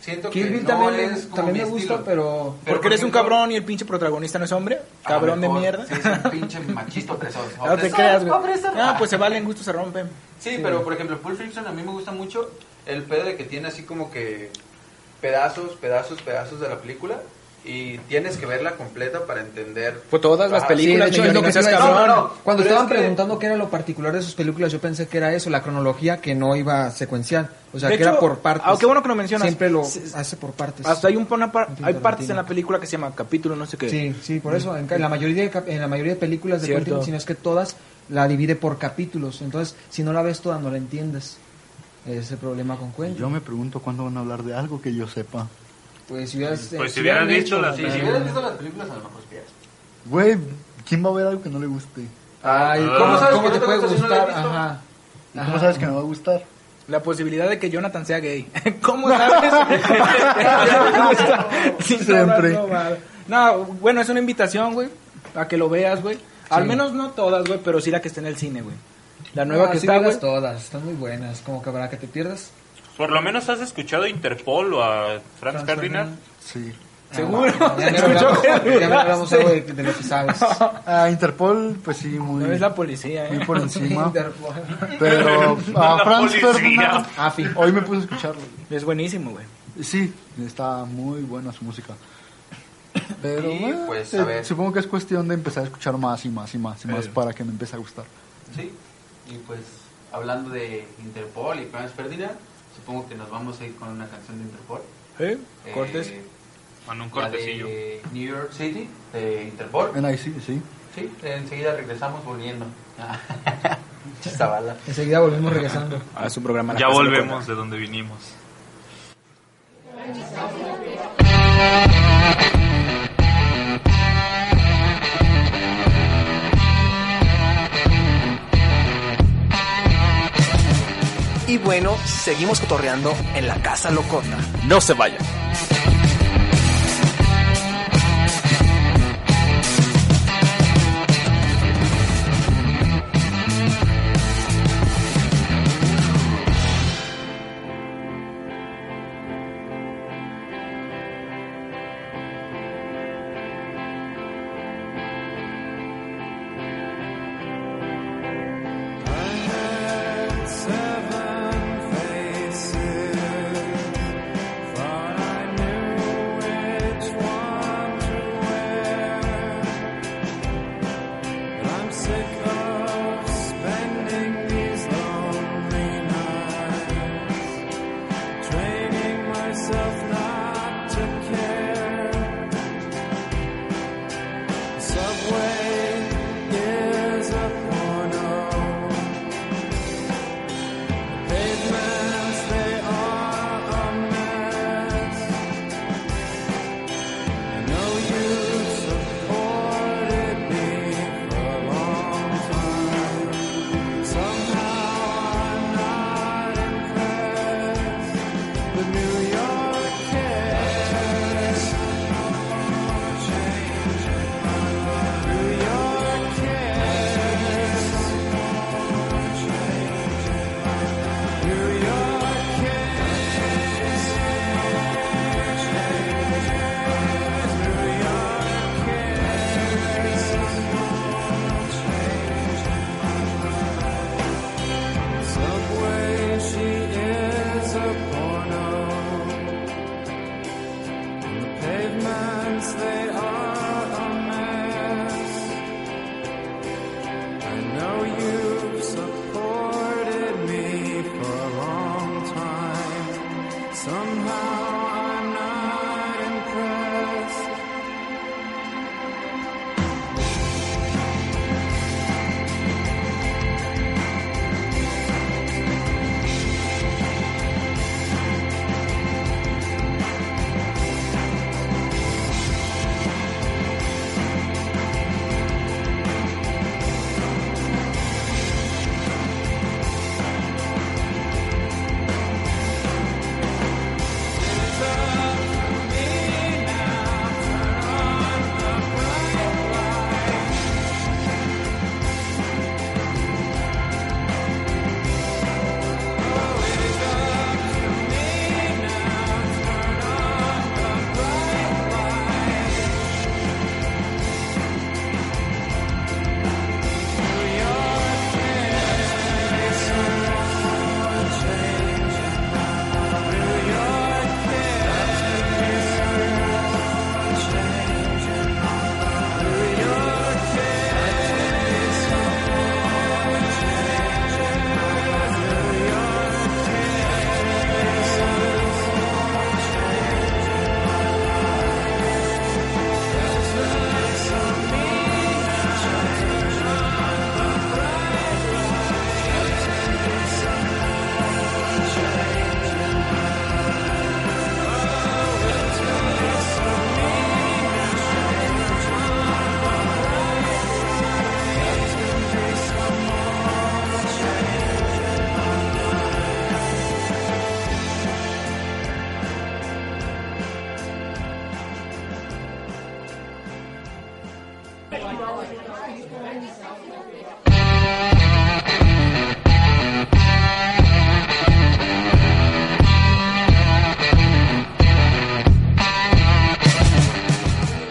siento
Kill
que
Bill
no
también, me-
es como
también
mi
me gusta,
estilo.
pero...
Pero,
Porque
por
eres un
ejemplo,
cabrón y el pinche protagonista no es hombre.
a lo
Cabrón de
mejor
mierda.
Sí, es un pinche machista opresor.
No te
Opresor,
creas, güey.
opresor.
Ah, pues se valen, gusto se rompen.
Sí, pero por ejemplo, Pulp Fiction a mí me gusta mucho el pedo de que tiene así como que pedazos, pedazos, pedazos de la película y tienes que verla completa para entender.
Fue todas las
Ah,
Sí, de
películas,
hecho,
niño,
es lo
ni
que
me seas
te iba a decir.
cabrón.
No, no, no.
Cuando
Pero
estaban
es que-
preguntando qué era lo particular de sus películas, yo pensé que era eso, la cronología que no iba secuencial. O sea,
De
que
hecho,
era por partes.
ah, qué bueno que lo mencionas.
Siempre lo
Sí, sí.
hace por partes.
Hasta hay, un, una par-
Pinche
hay partes
Tarantino.
en la película que se llama capítulo, no sé qué.
Sí, sí, por eso. En, ca- en la mayoría de, cap- en la mayoría de películas de
Cierto.
Quentin, sino es que todas la divide por capítulos. Entonces, si no la ves toda, no la entiendes. Ese es el problema con Quentin.
Yo me pregunto cuándo van a hablar de algo que yo sepa.
Pues si hubieras, eh,
Pues si hubieran
hubieran
dicho
hecho
las-
Sí,
la-
si hubieras visto las películas, a lo mejor pierdes.
Güey, ¿quién va a ver algo que no le guste?
Ah.
Ay, ¿cómo,
¿Cómo
sabes
cómo
que
te
no te
puede
gusta si no la he
gustar? Ah,
visto?
Ajá.
¿Y
Ajá.
cómo sabes que me va a gustar?
La posibilidad de que Jonathan sea gay. ¿Cómo sabes? Sin
Siempre.
cabrón, No, no, bueno, es una invitación, güey, a que lo veas, güey. Al menos no todas, güey, pero sí la que está en el cine, güey. La nueva
Ah,
que
sí,
está,
velas
güey.
todas, están muy buenas. Como que para que te pierdas.
Por lo menos has escuchado a Interpol o a Franz
Franz
Ferdinand.
Sí.
Seguro.
Ya no
Escuchó
hablamos,
que-
ya no hablamos algo de, de lo que sabes.
Ah, Interpol, pues sí, muy,
No es la policía,
muy
eh.
por encima.
Interpol.
Pero a
la
Franz
policía.
Ferdinand,
Afi.
hoy me puse a escucharlo.
Es buenísimo, güey.
Ah, Sí, está muy buena su música. Pero
Y,
bueno,
pues,
eh,
a ver.
supongo que es cuestión de empezar a escuchar más y más y más y más
Eh.
para que me empiece a gustar.
Sí. Y pues, hablando de Interpol y Franz Ferdinand, supongo que nos vamos a ir con una canción de Interpol.
¿Eh?
Eh,
Cortes.
Bueno, un
la
cortecillo.
de New York City, de Interpol.
En ahí sí, sí.
Sí, enseguida regresamos volviendo. Chistabala.
Enseguida volvemos regresando.
A su programa. La
Ya
Casa de
volvemos de donde vinimos.
Y bueno, seguimos cotorreando en la Casa Locota.
No se vayan.
No you supported me for a long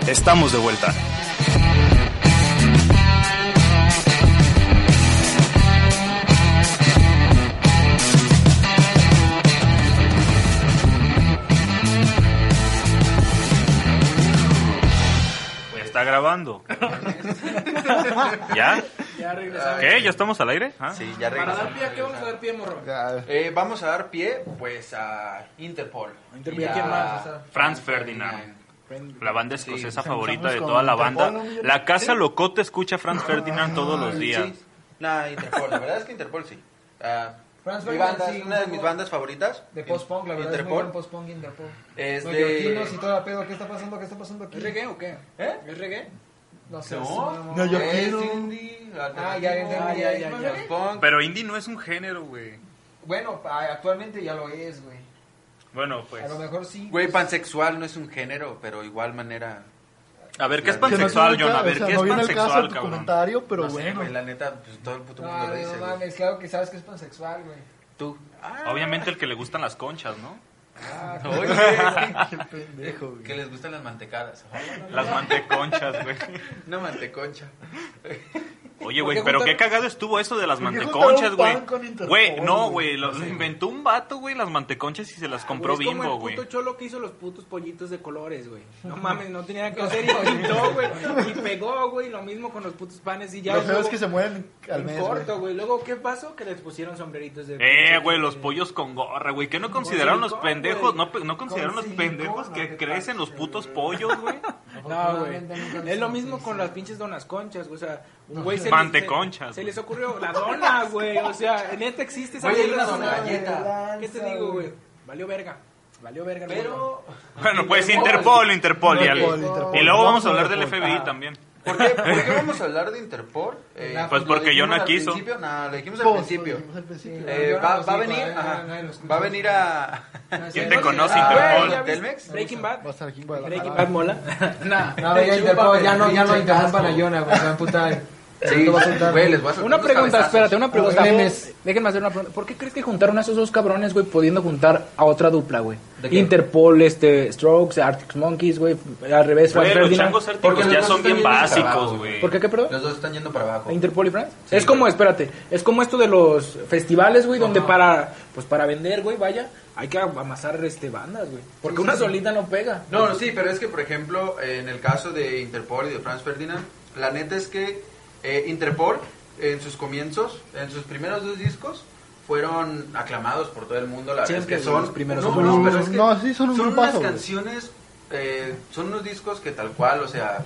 estamos de vuelta. Pues Está grabando. ¿Ya?
Ya regresamos.
¿Qué? ¿Ya estamos al aire? ¿Ah?
Sí, ya
Para
regresamos.
dar pie, ¿a qué vamos a dar pie, morro?
Ya,
Eh, vamos a dar pie, pues, a Interpol.
Interpol,
Y a-
¿quién más? O sea,
Franz Ferdinand. La banda escocesa
Sí.
favorita
Empezamos
de
con
toda la
Interpol,
banda.
¿no, Miguel?
La Casa Locote escucha a Franz Ferdinand todos
Ah,
los días.
Ah, Sí. Nah, Interpol. La verdad es que Interpol sí. Ah,
Franz
mi
Ferdinand,
banda,
sí,
es una de mis
Interpol.
bandas favoritas.
De post-punk, la verdad es muy
Interpol. Este-
buen post-punk Interpol.
Es
Los
de-
yorkinos y toda la pedo, ¿qué está pasando? ¿Qué está pasando aquí?
¿Es reggae o qué?
¿Eh?
¿Es reggae?
No sé.
No,
No, yo
es
quiero.
indie,
Ah, ya,
alternativo,
ya, ya, ya, ya.
post-punk.
Pero indie no es un género, güey.
Bueno, pa- actualmente ya lo es, güey.
Bueno, pues.
A lo mejor sí.
Güey, pansexual no es un género, pero igual manera.
A ver, ¿qué es
Que no
Que no
pansexual,
tiene
John? A
ca-
ver,
o sea,
¿qué
no
es
viene al caso
pansexual,
tu
cabrón?
comentario, pero
No sé,
bueno.
güey, la neta, pues, todo el puto
No,
mundo lo dice.
no
güey.
mames, claro que sabes que es pansexual, güey.
Tú. Ah,
Obviamente el que le gustan las conchas, ¿no?
Ah,
oye,
Qué pendejo, güey.
que les gustan las mantecadas.
Las manteconchas, güey.
Una manteconcha.
Oye, güey,
Porque
pero qué
juntaron-
cagado estuvo eso de las
Porque
manteconchas,
juntaron
güey.
pan con Interpol,
Güey, no,
güey.
güey, lo, lo inventó un vato, güey, las manteconchas y se las compró
Güey, es como
Bimbo,
el
güey.
puto cholo que hizo los putos pollitos de colores, güey. No mames, no tenía nada que hacer y pintó, güey. Y pegó, güey. Lo mismo con los putos panes y ya.
Lo peor
luego-
es que se mueren al
en
mes. güey.
corto, güey. Luego, ¿qué pasó? Que les pusieron sombreritos de...
Eh, güey, los pollos con gorra, güey. ¿Qué no consideraron los
silicona,
pendejos?
güey.
No, pe- no consideraron los pendejos que crecen los putos pollos, güey.
No, güey.
Afortunadamente nunca los
Es lo
hemos
mismo con
utilizado.
las pinches donas conchas, güey. O sea, un güey se...
Manteconchas,
Se
güey.
les ocurrió la dona, güey. O sea, neta existe esa
Güey, hay
mierda,
una dona
güey.
galleta.
¿Qué te digo, güey? Valió verga. Valió verga. güey.
Pero.
Bueno, pues Interpol, Interpol, ya.
Interpol,
güey.
Interpol.
Y luego vamos a hablar del
Interpol.
FBI también.
¿Por qué, ¿Por qué vamos a hablar de Interpol? Eh,
Pues
¿lo
porque yo
dijimos
no
al
quiso.
principio? No, lo dijimos al
Pues,
principio.
lo dijimos al principio.
Eh,
Yo no
va,
lo
va a
sigo,
venir,
eh,
ajá,
nadie lo escucha.
va a venir a...
¿Quién
¿Quién
te conoce,
Ah,
Interpol?
güey, ya ¿Telmex?
Breaking Bad.
Va a estar aquí en
Breaking
Guadalajara.
Bad mola. Nah.
No, güey, ya Interpol, ya no, ya no
Pinche
interrumpan
casco.
a Jonah, güey. Se va a emputar.
Sí,
Lo va a soltar.
güey, les voy a soltar
Una
unos
pregunta,
cabezazos.
espérate, una pregunta.
A ver, Memes.
Déjenme hacer una pregunta. ¿Por qué crees que juntaron a esos dos cabrones, güey, pudiendo juntar a otra dupla, güey?
¿De qué?
Interpol, este, Strokes, Arctic Monkeys, güey, al revés, Franz
Güey, los
Ferdinand.
changos
Porque los
árticos ya
dos
son
están
bien
bien
básicos,
descarados,
güey.
¿Por qué qué, perdón?
Los dos están yendo para abajo.
Interpol y France.
Sí,
es como,
güey.
espérate, es como esto de los festivales, güey, donde para, pues para vender, güey, vaya, hay que amasar este bandas, güey. Porque una solita no pega.
No, no, sí, pero es que, por ejemplo, eh, en el caso de Interpol y de Franz Ferdinand, la neta es que eh, Interpol, en sus comienzos, en sus primeros dos discos, fueron aclamados por todo el mundo. La verdad es
Siempre,
que
güey,
son
los primeros
No,
son
no,
buenos.
pero es que
No, sí, son un grupazo,
unas
güey.
canciones, eh, son unos discos que tal cual, o sea,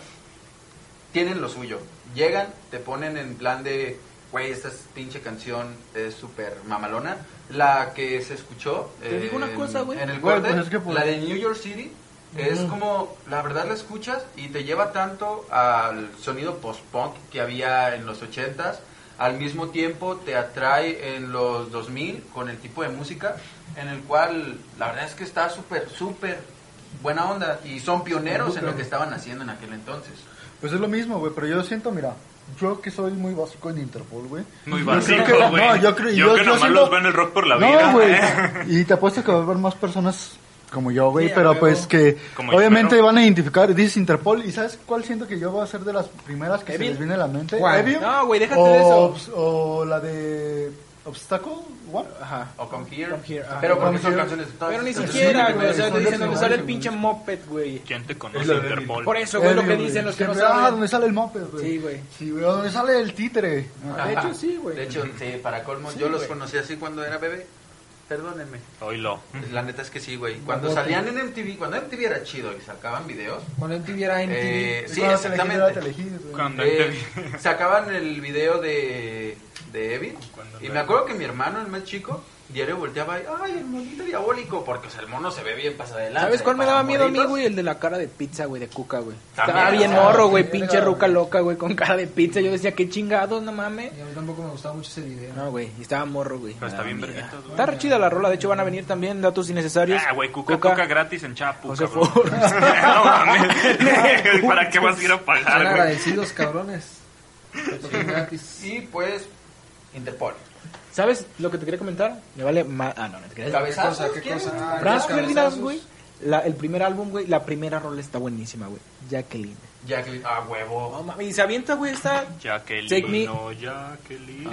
tienen lo suyo. Llegan, te ponen en plan de, güey, esta es- pinche canción es súper mamalona. La que se escuchó eh,
Te digo una cosa, güey.
en el
Güey,
corte,
pues es que, pues,
la de New York City, es como, la verdad la escuchas y te lleva tanto al sonido post-punk que había en los 80s, al mismo tiempo te atrae en los 2000 con el tipo de música, en el cual la verdad es que está súper, súper buena onda y son pioneros en lo que estaban haciendo en aquel entonces.
Pues es lo mismo, güey, pero yo siento, mira, yo que soy muy básico en Interpol, güey.
Muy
Yo
básico,
creo que-
güey.
No, yo creo
Yo que nomás los veo en el rock por la vida,
No, güey.
¿eh?
Y te apuesto que va a haber más personas como yo, güey,
Sí, a
pero
huevo.
pues que
Como yo,
obviamente
pero-
van a identificar, dices Interpol, y ¿sabes cuál siento que yo voy a ser de las primeras que se
Evil.
les viene a la mente?
¿Cuál?
Evil.
No, güey, déjate
o,
de eso.
obs- O la de Obstacle, ¿what? Ajá.
O Come Here,
Come Here, ajá.
pero porque
Come
son
Here.
canciones de todas
Pero ni
esas-
siquiera,
sí,
güey, o sea,
son
te
los
dicen donde
primeros,
sale el
güey.
pinche moped, güey.
¿Quién te conoce,
Es la de-
Interpol?
Por eso, güey, lo que
Evil,
dicen los que no
Siempre, Ah,
saben.
donde sale el moped, güey.
Sí, güey.
Sí, güey, donde sale el títere. Ah,
Ajá.
De hecho, sí, güey.
De hecho, sí, para colmo,
Sí,
yo los
güey.
conocí así cuando era bebé. Perdónenme.
Oílo.
La neta es que sí, güey. Cuando salían en MTV, cuando MTV era chido y sacaban videos,
Cuando él tuviera MTV.
Eh,
Es
sí,
cuando te
exactamente.
elegí, era, te elegí, güey.
Cuando
eh,
MTV.
sacaban el video de, de Evie. Y me acuerdo que mi hermano, el más chico, diario volteaba y, ay, el monito diabólico, porque o sea, el mono se ve bien pasado adelante.
¿Sabes cuál me daba miedo a mí, güey? El de la cara de pizza, güey, de cuca, güey. Estaba bien morro, güey, pinche ruca loca, güey, con cara de pizza. Yo decía, qué chingados, no mames.
Y a mí tampoco me gustaba mucho ese video.
No, güey, y estaba morro, güey.
Pero está bien
Mira.
verguitas, güey.
Está re chida la rola, de hecho van a venir también datos innecesarios.
Ah, güey, Cuca toca gratis en Chapu,
José
cabrón.
Forro.
no mames. ¿Para qué vas a ir a
Están
pagar, Ah, güey?
agradecidos, cabrones. Que toquen gratis.
Y pues, Interpol.
¿Sabes lo que te quería comentar? Me vale ma- Ah, no, no te quería decir.
¿Cabezazos?
cosa, qué
¿Quieres?
cosa? Ah,
Franz
los
Ferdinand,
cabezazos.
güey. la- el primer álbum, güey, la primera rola está buenísima, güey. Jacqueline.
Jack, ah, huevo.
No mames, y se avienta, güey, está. Take me.
Jacqueline, no, Jacqueline.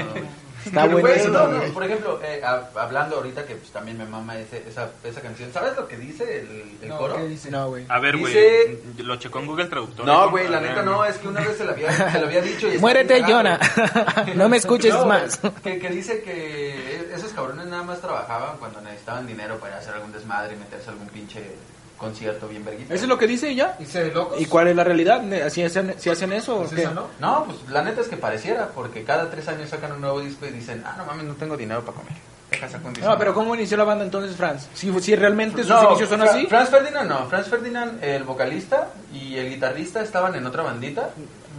Está
Pero, güey,
buenísimo,
no, no,
güey.
por ejemplo, eh, hab- hablando ahorita que pues, también me mama ese- esa, esa canción, ¿sabes lo que dice el, el
No,
coro?
¿qué dice? No, güey.
A ver, güey,
Dice-
lo checó en Google Traductor.
No, güey, la
A ver,
neta no, es que una vez se la había, se la había dicho. Y está
Muérete,
bien cagado.
Jonah. No me escuches
No,
más.
Que, que dice que esos cabrones nada más trabajaban cuando necesitaban dinero para hacer algún desmadre y meterse a algún pinche concierto bien verguita.
Eso es lo que dice y ya.
Dice locos.
¿Y cuál es la realidad? Ne- ¿Si hacen, si hacen eso o
Pues
qué?
esa, ¿no?
No, pues la neta es que pareciera, porque cada tres años sacan un nuevo disco y dicen, ah, no mames, no tengo dinero para comer. Deja saco un disco.
No, pero ¿cómo inició la banda entonces, Franz? Si, si realmente sus
No,
inicios son
Fra-
así.
Franz Ferdinand no. Franz Ferdinand, el vocalista y el guitarrista estaban en otra bandita,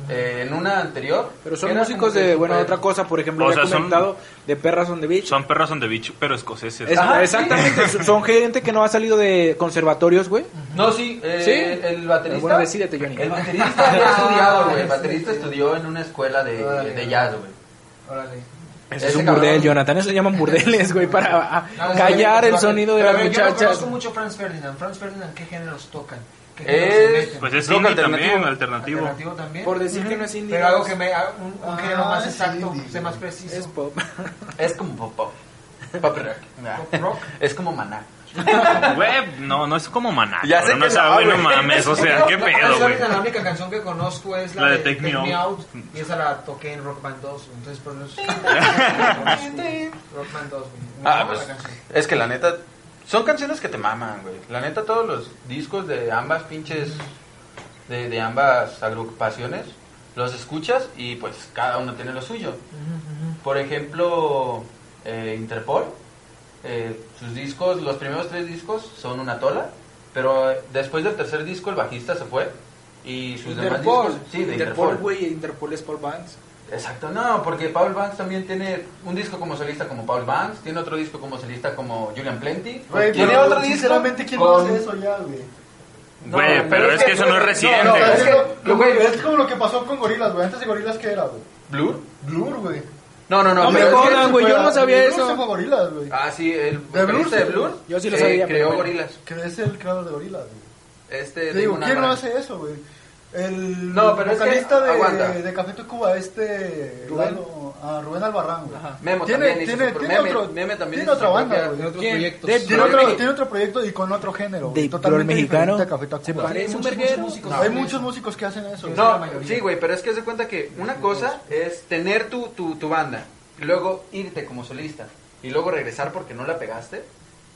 eh, en una anterior.
Pero son
que era
músicos
como que
de, bueno,
súper-
otra cosa, por ejemplo,
O
había
sea, son-
comentado de Perras on the Beach.
Son perros on the beach, pero escoceses.
Es-
Ajá,
exactamente, son- son gente que no ha salido de conservatorios, güey.
No, sí, eh,
¿Sí?
el baterista.
Bueno, decídete, Johnny.
El baterista había estudiado, güey. El baterista estudió en una escuela de,
Órale.
de jazz, güey.
Órale.
Ese
es un
cabrón-
burdel, Jonathan. Eso se llaman burdeles, güey, para ah,
No,
callar
sí,
el
pues,
sonido de
pero
las
a ver, Yo no
muchachas.
conozco mucho Franz Ferdinand. Franz Ferdinand, ¿qué géneros tocan? ¿Qué géneros se
Es,
meten?
Pues es
rock
indie también,
alternativo.
alternativo.
también.
Por decir que no es indie.
Pero algo que
es-
me haga un, un
Ah,
género más
es
exacto,
indie.
sea más preciso.
es pop.
Pues Es como pop pop. Pop rock.
Pop rock.
Es como maná.
Güey, no, no es como maná.
Ya sé
pero no
que
es-
no,
ah, güey, no,
güey.
mames, o sea, qué
La- Franz
pedo, güey.
Ferdinand, La única canción que conozco es la,
La
de,
de Take Me Out.
y esa la toqué en Rock Band 2. Entonces, por eso. Rock Band 2, güey. Me
Ah,
encanta
pues
la canción.
es que la neta son canciones que te maman, güey. La neta todos los discos de ambas pinches de, de ambas agrupaciones los escuchas y pues cada uno tiene lo suyo. Por ejemplo, eh, Interpol, eh, sus discos, los primeros tres discos son una tola, pero eh, después del tercer disco el bajista se fue y sus demás
Interpol.
discos, sí, de
Interpol,
Interpol.
güey, Interpol es por bands.
Exacto, no, porque Paul Banks también tiene un disco como solista como Paul Banks, tiene otro disco como solista como Julian Plenty,
Güey,
tiene
pero,
otro disco
Sinceramente, ¿quién no
con-
hace eso ya, güey?
No,
Güey, pero es que eso no es reciente.
No, no,
es,
es
que,
que-
güey, es como lo que pasó con Gorilas, güey. Antes de Gorilas, ¿qué era, güey?
Blur?
Blur, güey.
No, no, no,
No me
pero es que-
jodan, güey, yo no sabía
Blur
eso.
se fue a Gorilas, güey.
Ah, sí, el
¿De Blur?
vocalista de Blur.
Yo sí lo
eh,
sabía, pero
creó
bueno.
Gorilas.
Que es el creador de Gorilas, güey.
Este
Te digo,
Damon
¿quién no
Albarn.
hace eso, güey? El
No, pero es que-
vocalista
aguanta.
de, de Café Tacuba, este...
Rubén.
Lalo- ah, Rubén Albarrán, güey.
Ajá.
Memo
tiene,
también hizo
tiene,
su-
tiene
Meme-
otro,
Meme también
tiene
hizo
otra
su
banda,
propia-
güey.
En otros
¿Quién?
proyectos.
Dead
Tiene
Blur
otro,
Mexi-
tiene otro proyecto y con otro género, güey.
Dead
Totalmente
Blur mexicano.
diferente a Café Tacuba.
Se
pues.
parece un
Muchos,
verguero.
muchos músicos.
No.
Hay muchos músicos que hacen eso, güey.
No, sí, güey, pero es que se cuenta que una cosa es tener tu, tu, tu banda, y luego irte como solista, y luego regresar porque no la pegaste.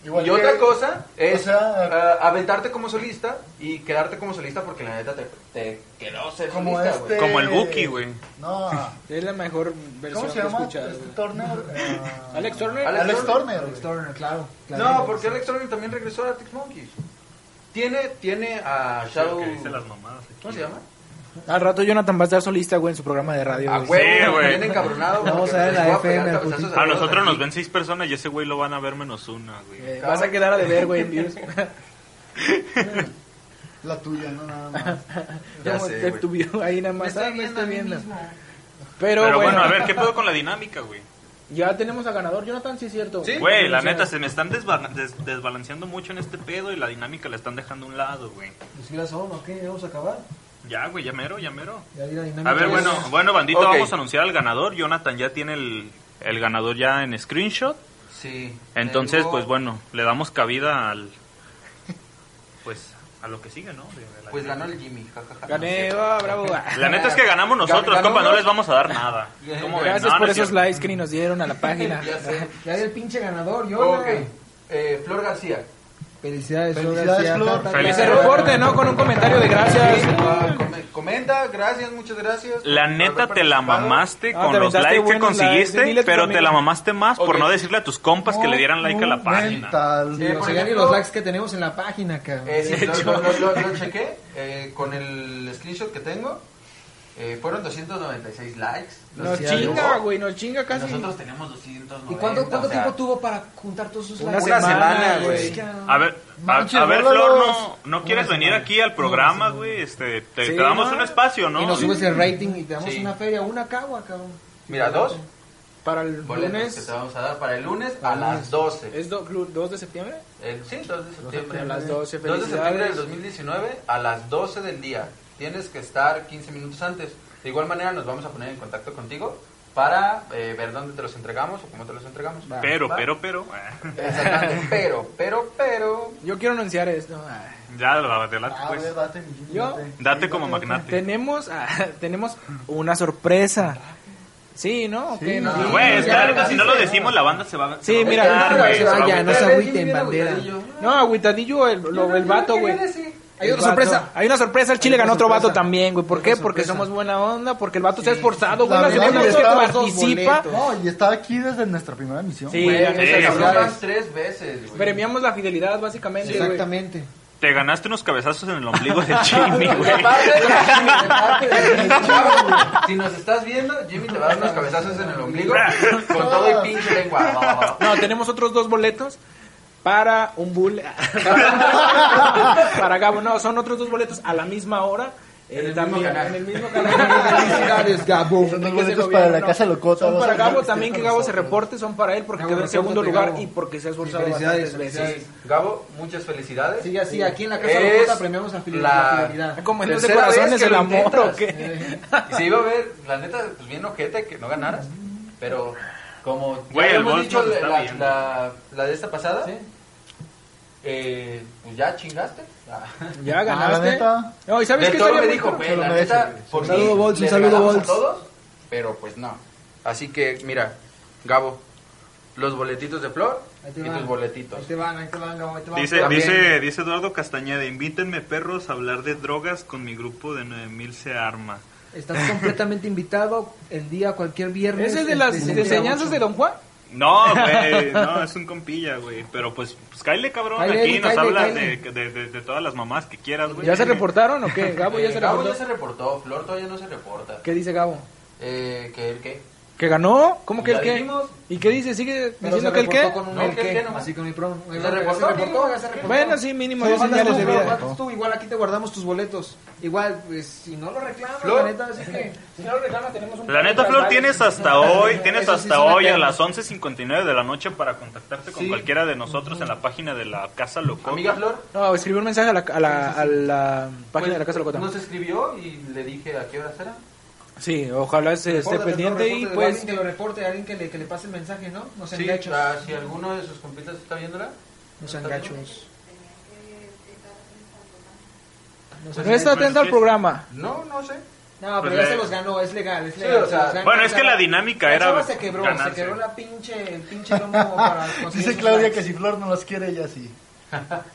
Igual
y
que-
otra cosa es
eh, o sea,
ah, aventarte como solista y quedarte como solista porque la neta te, te quedó ser
Como
solista,
este...
güey.
Como el Buki, güey.
No.
Es la mejor versión
¿Cómo
que
se
he
llama?
escuchado.
Este Turner. eh,
Alex Turner.
Alex
Alex Turner, güey.
Alex Turner, claro.
No, porque Alex Turner también regresó a Tix Monkeys. Tiene, tiene a Shadow...
Que dice las mamadas aquí.
¿Cómo se llama?
Al rato Jonathan va a estar solista, güey, en su programa de
Ah,
radio.
A
güey.
huevo,
güey.
bien encabronado.
Vamos
porque
a ver
les
la
voy
FM,
pegar
putín.
cabezazos
A
todos
nosotros
aquí.
nos ven seis personas y a ese güey lo van a ver menos una, güey.
Eh, Vas a quedar a deber, güey, en views.
La tuya, no nada más.
Ya
Como
sé,
te
güey.
tuvió ahí nada más.
estoy
Ah, me
viendo
estoy
a mí
viendo.
mismo.
Pero,
Pero
bueno,
bueno, a ver, ¿qué pedo con la dinámica, güey?
ya tenemos a ganador, Jonathan, sí es cierto.
Sí.
Güey, la
O sea,
neta, se me están desba- des- desbalanceando mucho en este pedo y la dinámica la están dejando a un lado, güey.
Pues sí, la son, ¿o qué? ¿Ya vamos a acabar?
Ya, güey, ya mero, ya mero.
Ya di la dinámica.
A ver, bueno, bueno, bandito,
Ok.
vamos a anunciar al ganador. Jonathan ya tiene el, el ganador ya en screenshot.
Sí.
Entonces,
tengo-
pues bueno, le damos cabida al... Pues a lo que sigue, ¿no? De- de la
Pues ganó
dinámica.
el Jimmy, jajaja.
Gané, va, bravo. va.
La neta es que ganamos nosotros,
Ganó
compa, no
uno.
les vamos a dar nada. ¿Cómo ven?
Gracias
No,
por
no es
esos
cierto.
likes que ni nos dieron a la página.
Ya sé.
Ya di el pinche ganador, yo.
Ok. Eh, Flor García.
Felicidades, Flor
Felicidades,
García.
Flor.
Ta, ta, ta.
Que se
Felicidades.
reporte, ¿no? Con un comentario de gracias.
Ah, come- comenta, gracias, muchas gracias.
La
por
neta
haber
te la
participado.
mamaste
Ah,
con
te
los
aventaste
likes que
buenos likes.
conseguiste,
Dile a tu
pero te
familia.
la mamaste más por
Ok.
no decirle a tus compas que le dieran like a la página.
Mental.
Sí, o sea, ya ni los likes que tenemos en la página, cabrón.
Eh, sí, lo, lo- lo- lo- lo chequé eh, con el screenshot que tengo. Eh, fueron 296 likes.
Nos
Sí,
chinga, güey, nos chinga casi.
Nosotros tenemos 290.
¿Y cuánto, cuánto
o sea,
tiempo tuvo para juntar todos sus
Una
likes?
semana, güey. Ah,
cabrón.
A ver, a,
Manches,
a ver,
bólalos.
Flor, no, no quieres venir aquí al programa, güey. Este, te,
Sí,
te damos
¿no?
un espacio, ¿no?
Y nos subes el rating y te damos
Sí.
una feria, una cagua, cabrón.
Mira, dos
Para el
boletos que
lunes.
te vamos a dar para el lunes a
Para el
las
lunes.
12.
¿Es do- lu- 2 de septiembre?
El, sí, 2 de septiembre.
A las 12,
2 de septiembre del
felicidades.
2019 a las 12 del día. Tienes que estar 15 minutos antes. De igual manera nos vamos a poner en contacto contigo para eh, ver dónde te los entregamos o cómo te los entregamos.
Pero,
¿Va?
pero, pero. eh,
Exactamente, pero, pero, pero.
Yo quiero anunciar esto. ah.
Ya lo adelante,
A
pues.
ver, date, mi
Yo-
Date como magnate.
Tenemos, ah, tenemos una sorpresa. Sí, ¿no? ¿O qué? No.
sí.
Güey,
Ya,
está-
ya,
si no lo
ya.
decimos, la banda se va, se
Sí,
va a.
mira,
agüitar,
no,
güey,
se
va a
vaya,
agüitar.
no se agüiten, bandera.
No, agüitadillo el, lo- el vato, güey.
Hay otra
El vato.
sorpresa.
Hay una sorpresa, el Chile
Hay otra
ganó otro
sorpresa.
vato también, güey. ¿Por
Hay otra
qué? Porque
sorpresa.
somos buena onda, porque el vato se ha esforzado, güey.
La
La
verdad,
segunda
y
vez que
está-
participa.
No, y está aquí desde nuestra primera misión.
Sí,
güey.
ya
Güey,
nos
sí,
nos
ayudaron.
hablas tres veces, güey.
Premiamos la fidelidad, básicamente, güey.
Exactamente.
Te ganaste unos cabezazos en el ombligo de Jimmy,
Y
güey.
aparte, de parte de- chavo, güey, Si nos estás viendo, Jimmy te va a dar unos cabezazos en el ombligo con todo y pinche lengua. Va, va, va.
No, tenemos otros dos boletos para un bull. para Gabo, no, son otros dos boletos a la misma hora. Eh,
el mismo
también,
canal.
en el mismo canal.
Felicidades, Gabo.
Son
Enrique
los boletos
Segoviano,
para la
no.
Casa Locota.
Son
vas
para
a ver
Gabo
que
también que
esté
Gabo
con
se
nosotros.
reporte, son para él porque
Gabo,
quedó en segundo
repórtate,
lugar
Gabo.
y porque se ha esforzado
Felicidades,
bastantes veces.
Sí, Gabo, muchas felicidades.
Sí, así, aquí en la
Es
Casa Locota premiamos la fili-
la-
la
Ah,
fidelidad.
Como en de
Tercera vez
corazones
que
el
lo
amor
intentas.
o qué.
Y se iba a ver, la neta, pues bien ojete que no ganaras, pero como ya
Güey, el
habíamos
boss
dicho
nos está
la,
viendo.
la- la de esta pasada, eh, pues ya chingaste.
Ya
Ah, la
ganaste.
neta.
No, y sabes
De
qué
todo
estaría
me
muy
dijo,
cool?
güey,
Se lo
la
merece,
neta,
güey.
por
Un
mí
saludo, Bolts, un
le
saludo,
regalamos a
Bolts.
todos, pero pues no. Así que, mira, Gabo, los boletitos de Flor
Ahí te
y
van.
tus boletitos.
Ahí te van, ahí te van, Gabo, ahí te van.
Dice,
También.
dice, dice Eduardo Castañeda, invítenme perros a hablar de drogas con mi grupo de 9000 se arma.
Estás completamente invitado el día, cualquier viernes.
¿Ese es de las
este,
enseñanzas de Don Juan?
No, güey, no, es un compilla, güey. Pero pues, pues cáele, cabrón,
Cáele,
aquí nos
cáele,
hablas de,
cáele.
de- de- de todas las mamás que quieras, güey.
¿Ya se reportaron o qué? Gabo ya
Eh,
se
Gabo ya
reportó.
se reportó, Flor todavía no se reporta.
¿Qué dice Gabo?
Eh, ¿Que el qué?
¿Que ganó? ¿Cómo que
Ya
el qué?
dijimos.
¿Y qué dice? ¿Sigue
Pero se
diciendo que el qué?
reportó con un
No,
el
que el
qué,
qué nomás.
Así con mi prom.
Se
Ya
reportó, amigo.
ya se reportó.
Bueno, sí, mínimo,
Sí,
dio
mandas
señales
tú,
de
pero
vida.
mandas tú, igual aquí te guardamos tus boletos. Igual, pues, si no lo reclamas,
Flor.
la neta, así que...
Si no lo reclaman, tenemos un
La neta, Flor, tienes hasta hoy, tienes
Eso sí
hasta
es una
hoy a
pena.
las 11.59 de la noche para contactarte con cualquiera de nosotros en la página de la Casa Loco.
Amiga Flor,
No, escribí un mensaje a la, a la, a la página
pues,
de la Casa Locota.
nos escribió y le dije a qué hora será.
Sí, ojalá se esté
Repórtate,
pendiente
repórtate,
y
alguien
pues...
que lo reporte, alguien que le, que le pase el mensaje, ¿no? No sean
Sí,
gachos.
ah, si alguno de sus compitas está viéndola.
No sean gachos. No sean
No está
gachos.
atento al programa.
No, no sé.
No, pero
Pues,
ya
eh.
se los ganó, es legal, es
Sí,
legal.
o
se
sea,
los ganó,
Bueno,
o
es
sea,
que la dinámica
la
era
chava se quebró,
ganarse.
se quebró la pinche, el pinche lomo para conseguir
Dice
sus
Claudia
likes.
que si Flor no las quiere, ella sí.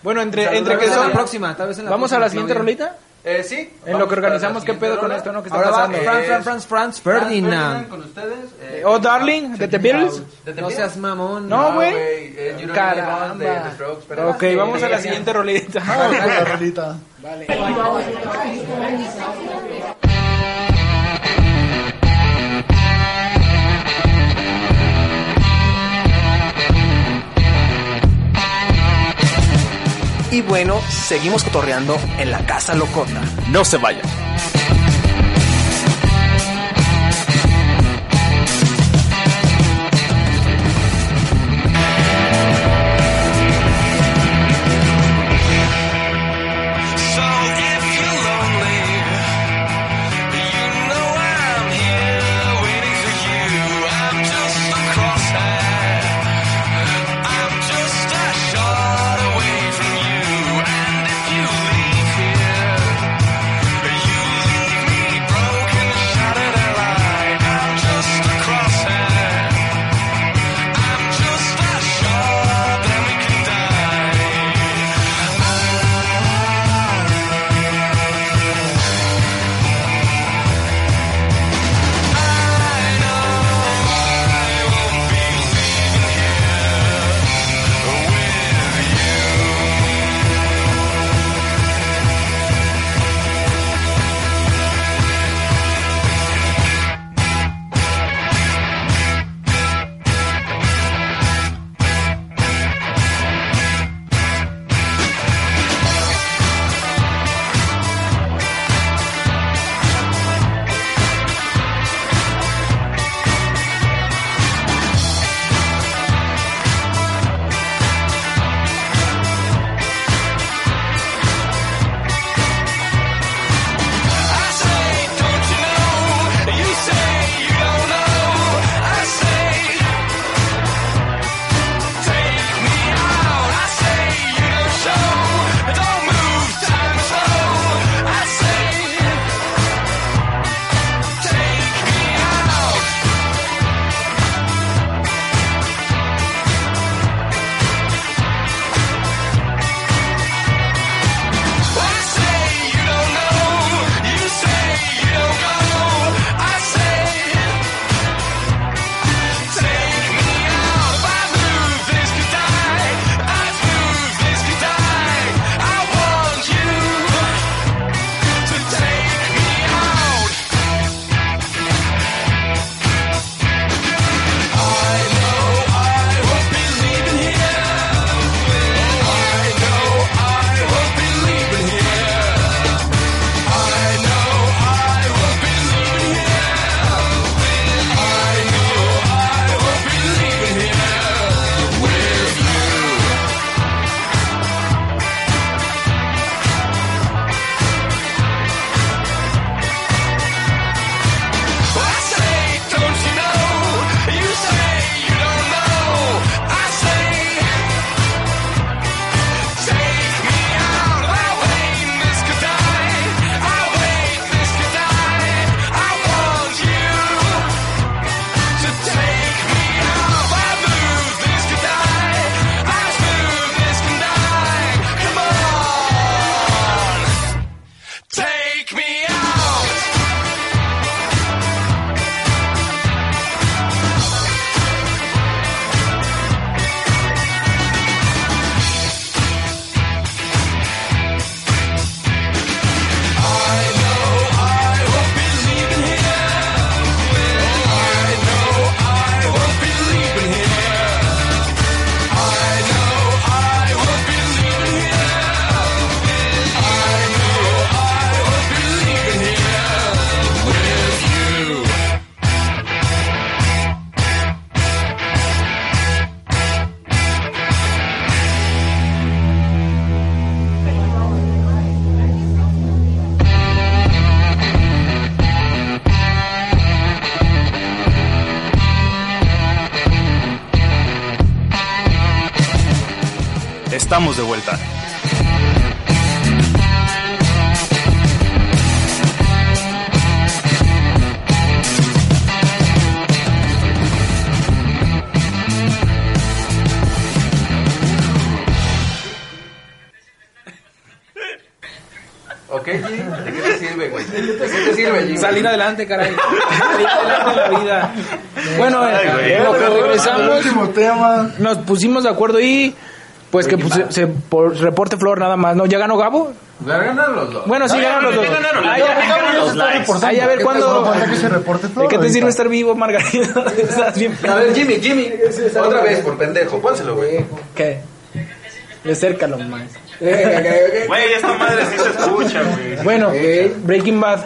Bueno, entre,
Saludos,
entre
Tal
que
vez en
son...
la próxima, tal vez en la
¿Vamos a
próxima,
la siguiente
Claudia.
rolita?
Eh, sí.
En
vamos
lo que
para la
organizamos, ¿qué
siguiente
pedo con
rola.
esto? ¿no? ¿Qué está
Ahora va
pasando?
Franz, Franz,
Es-
Franz, Franz, Franz
Ferdinand
Ferdinand.
con ustedes. eh,
Oh, Darling, de The Beatles.
¿De The
No
Beatles?
seas mamón.
No, güey.
eh, You Don't Need
Caramba.
Guns de The Strokes, pero-
Ok, vamos a la siguiente rolita.
Vamos con la rolita.
Y bueno, seguimos cotorreando en la Casa Locota.
No se vayan.
Away from you, and if you leave here, you
estamos de vuelta.
Ok, Gigi, ¿de qué te sirve, güey? ¿De qué te sirve, Gigi?
Salir adelante, caray. Salir adelante en la vida. Bueno,
Ay,
eh,
güey.
lo que
El
regresamos,
último tema.
nos pusimos de acuerdo y pues que pues, se, se por- reporte Flor nada más. ¿No? ¿Ya ganó Gabo?
Ganan los dos.
Bueno, sí,
Ay,
ganaron los
ya
dos.
ganaron, ya
Ay, ya
ganaron
ganaron
los
los
likes.
dos. Ay, a ver,
No
¿cuándo?
falta que se reporte todo.
¿De qué te
ahorita.
sirve estar vivo, Margarita? Estás bien
A ver, Jimmy, Jimmy, otra vez por pendejo, pónselo, güey.
¿Qué? De cerca lo más.
Güey, esta madre sí se escucha, güey.
Bueno, Breaking Bad.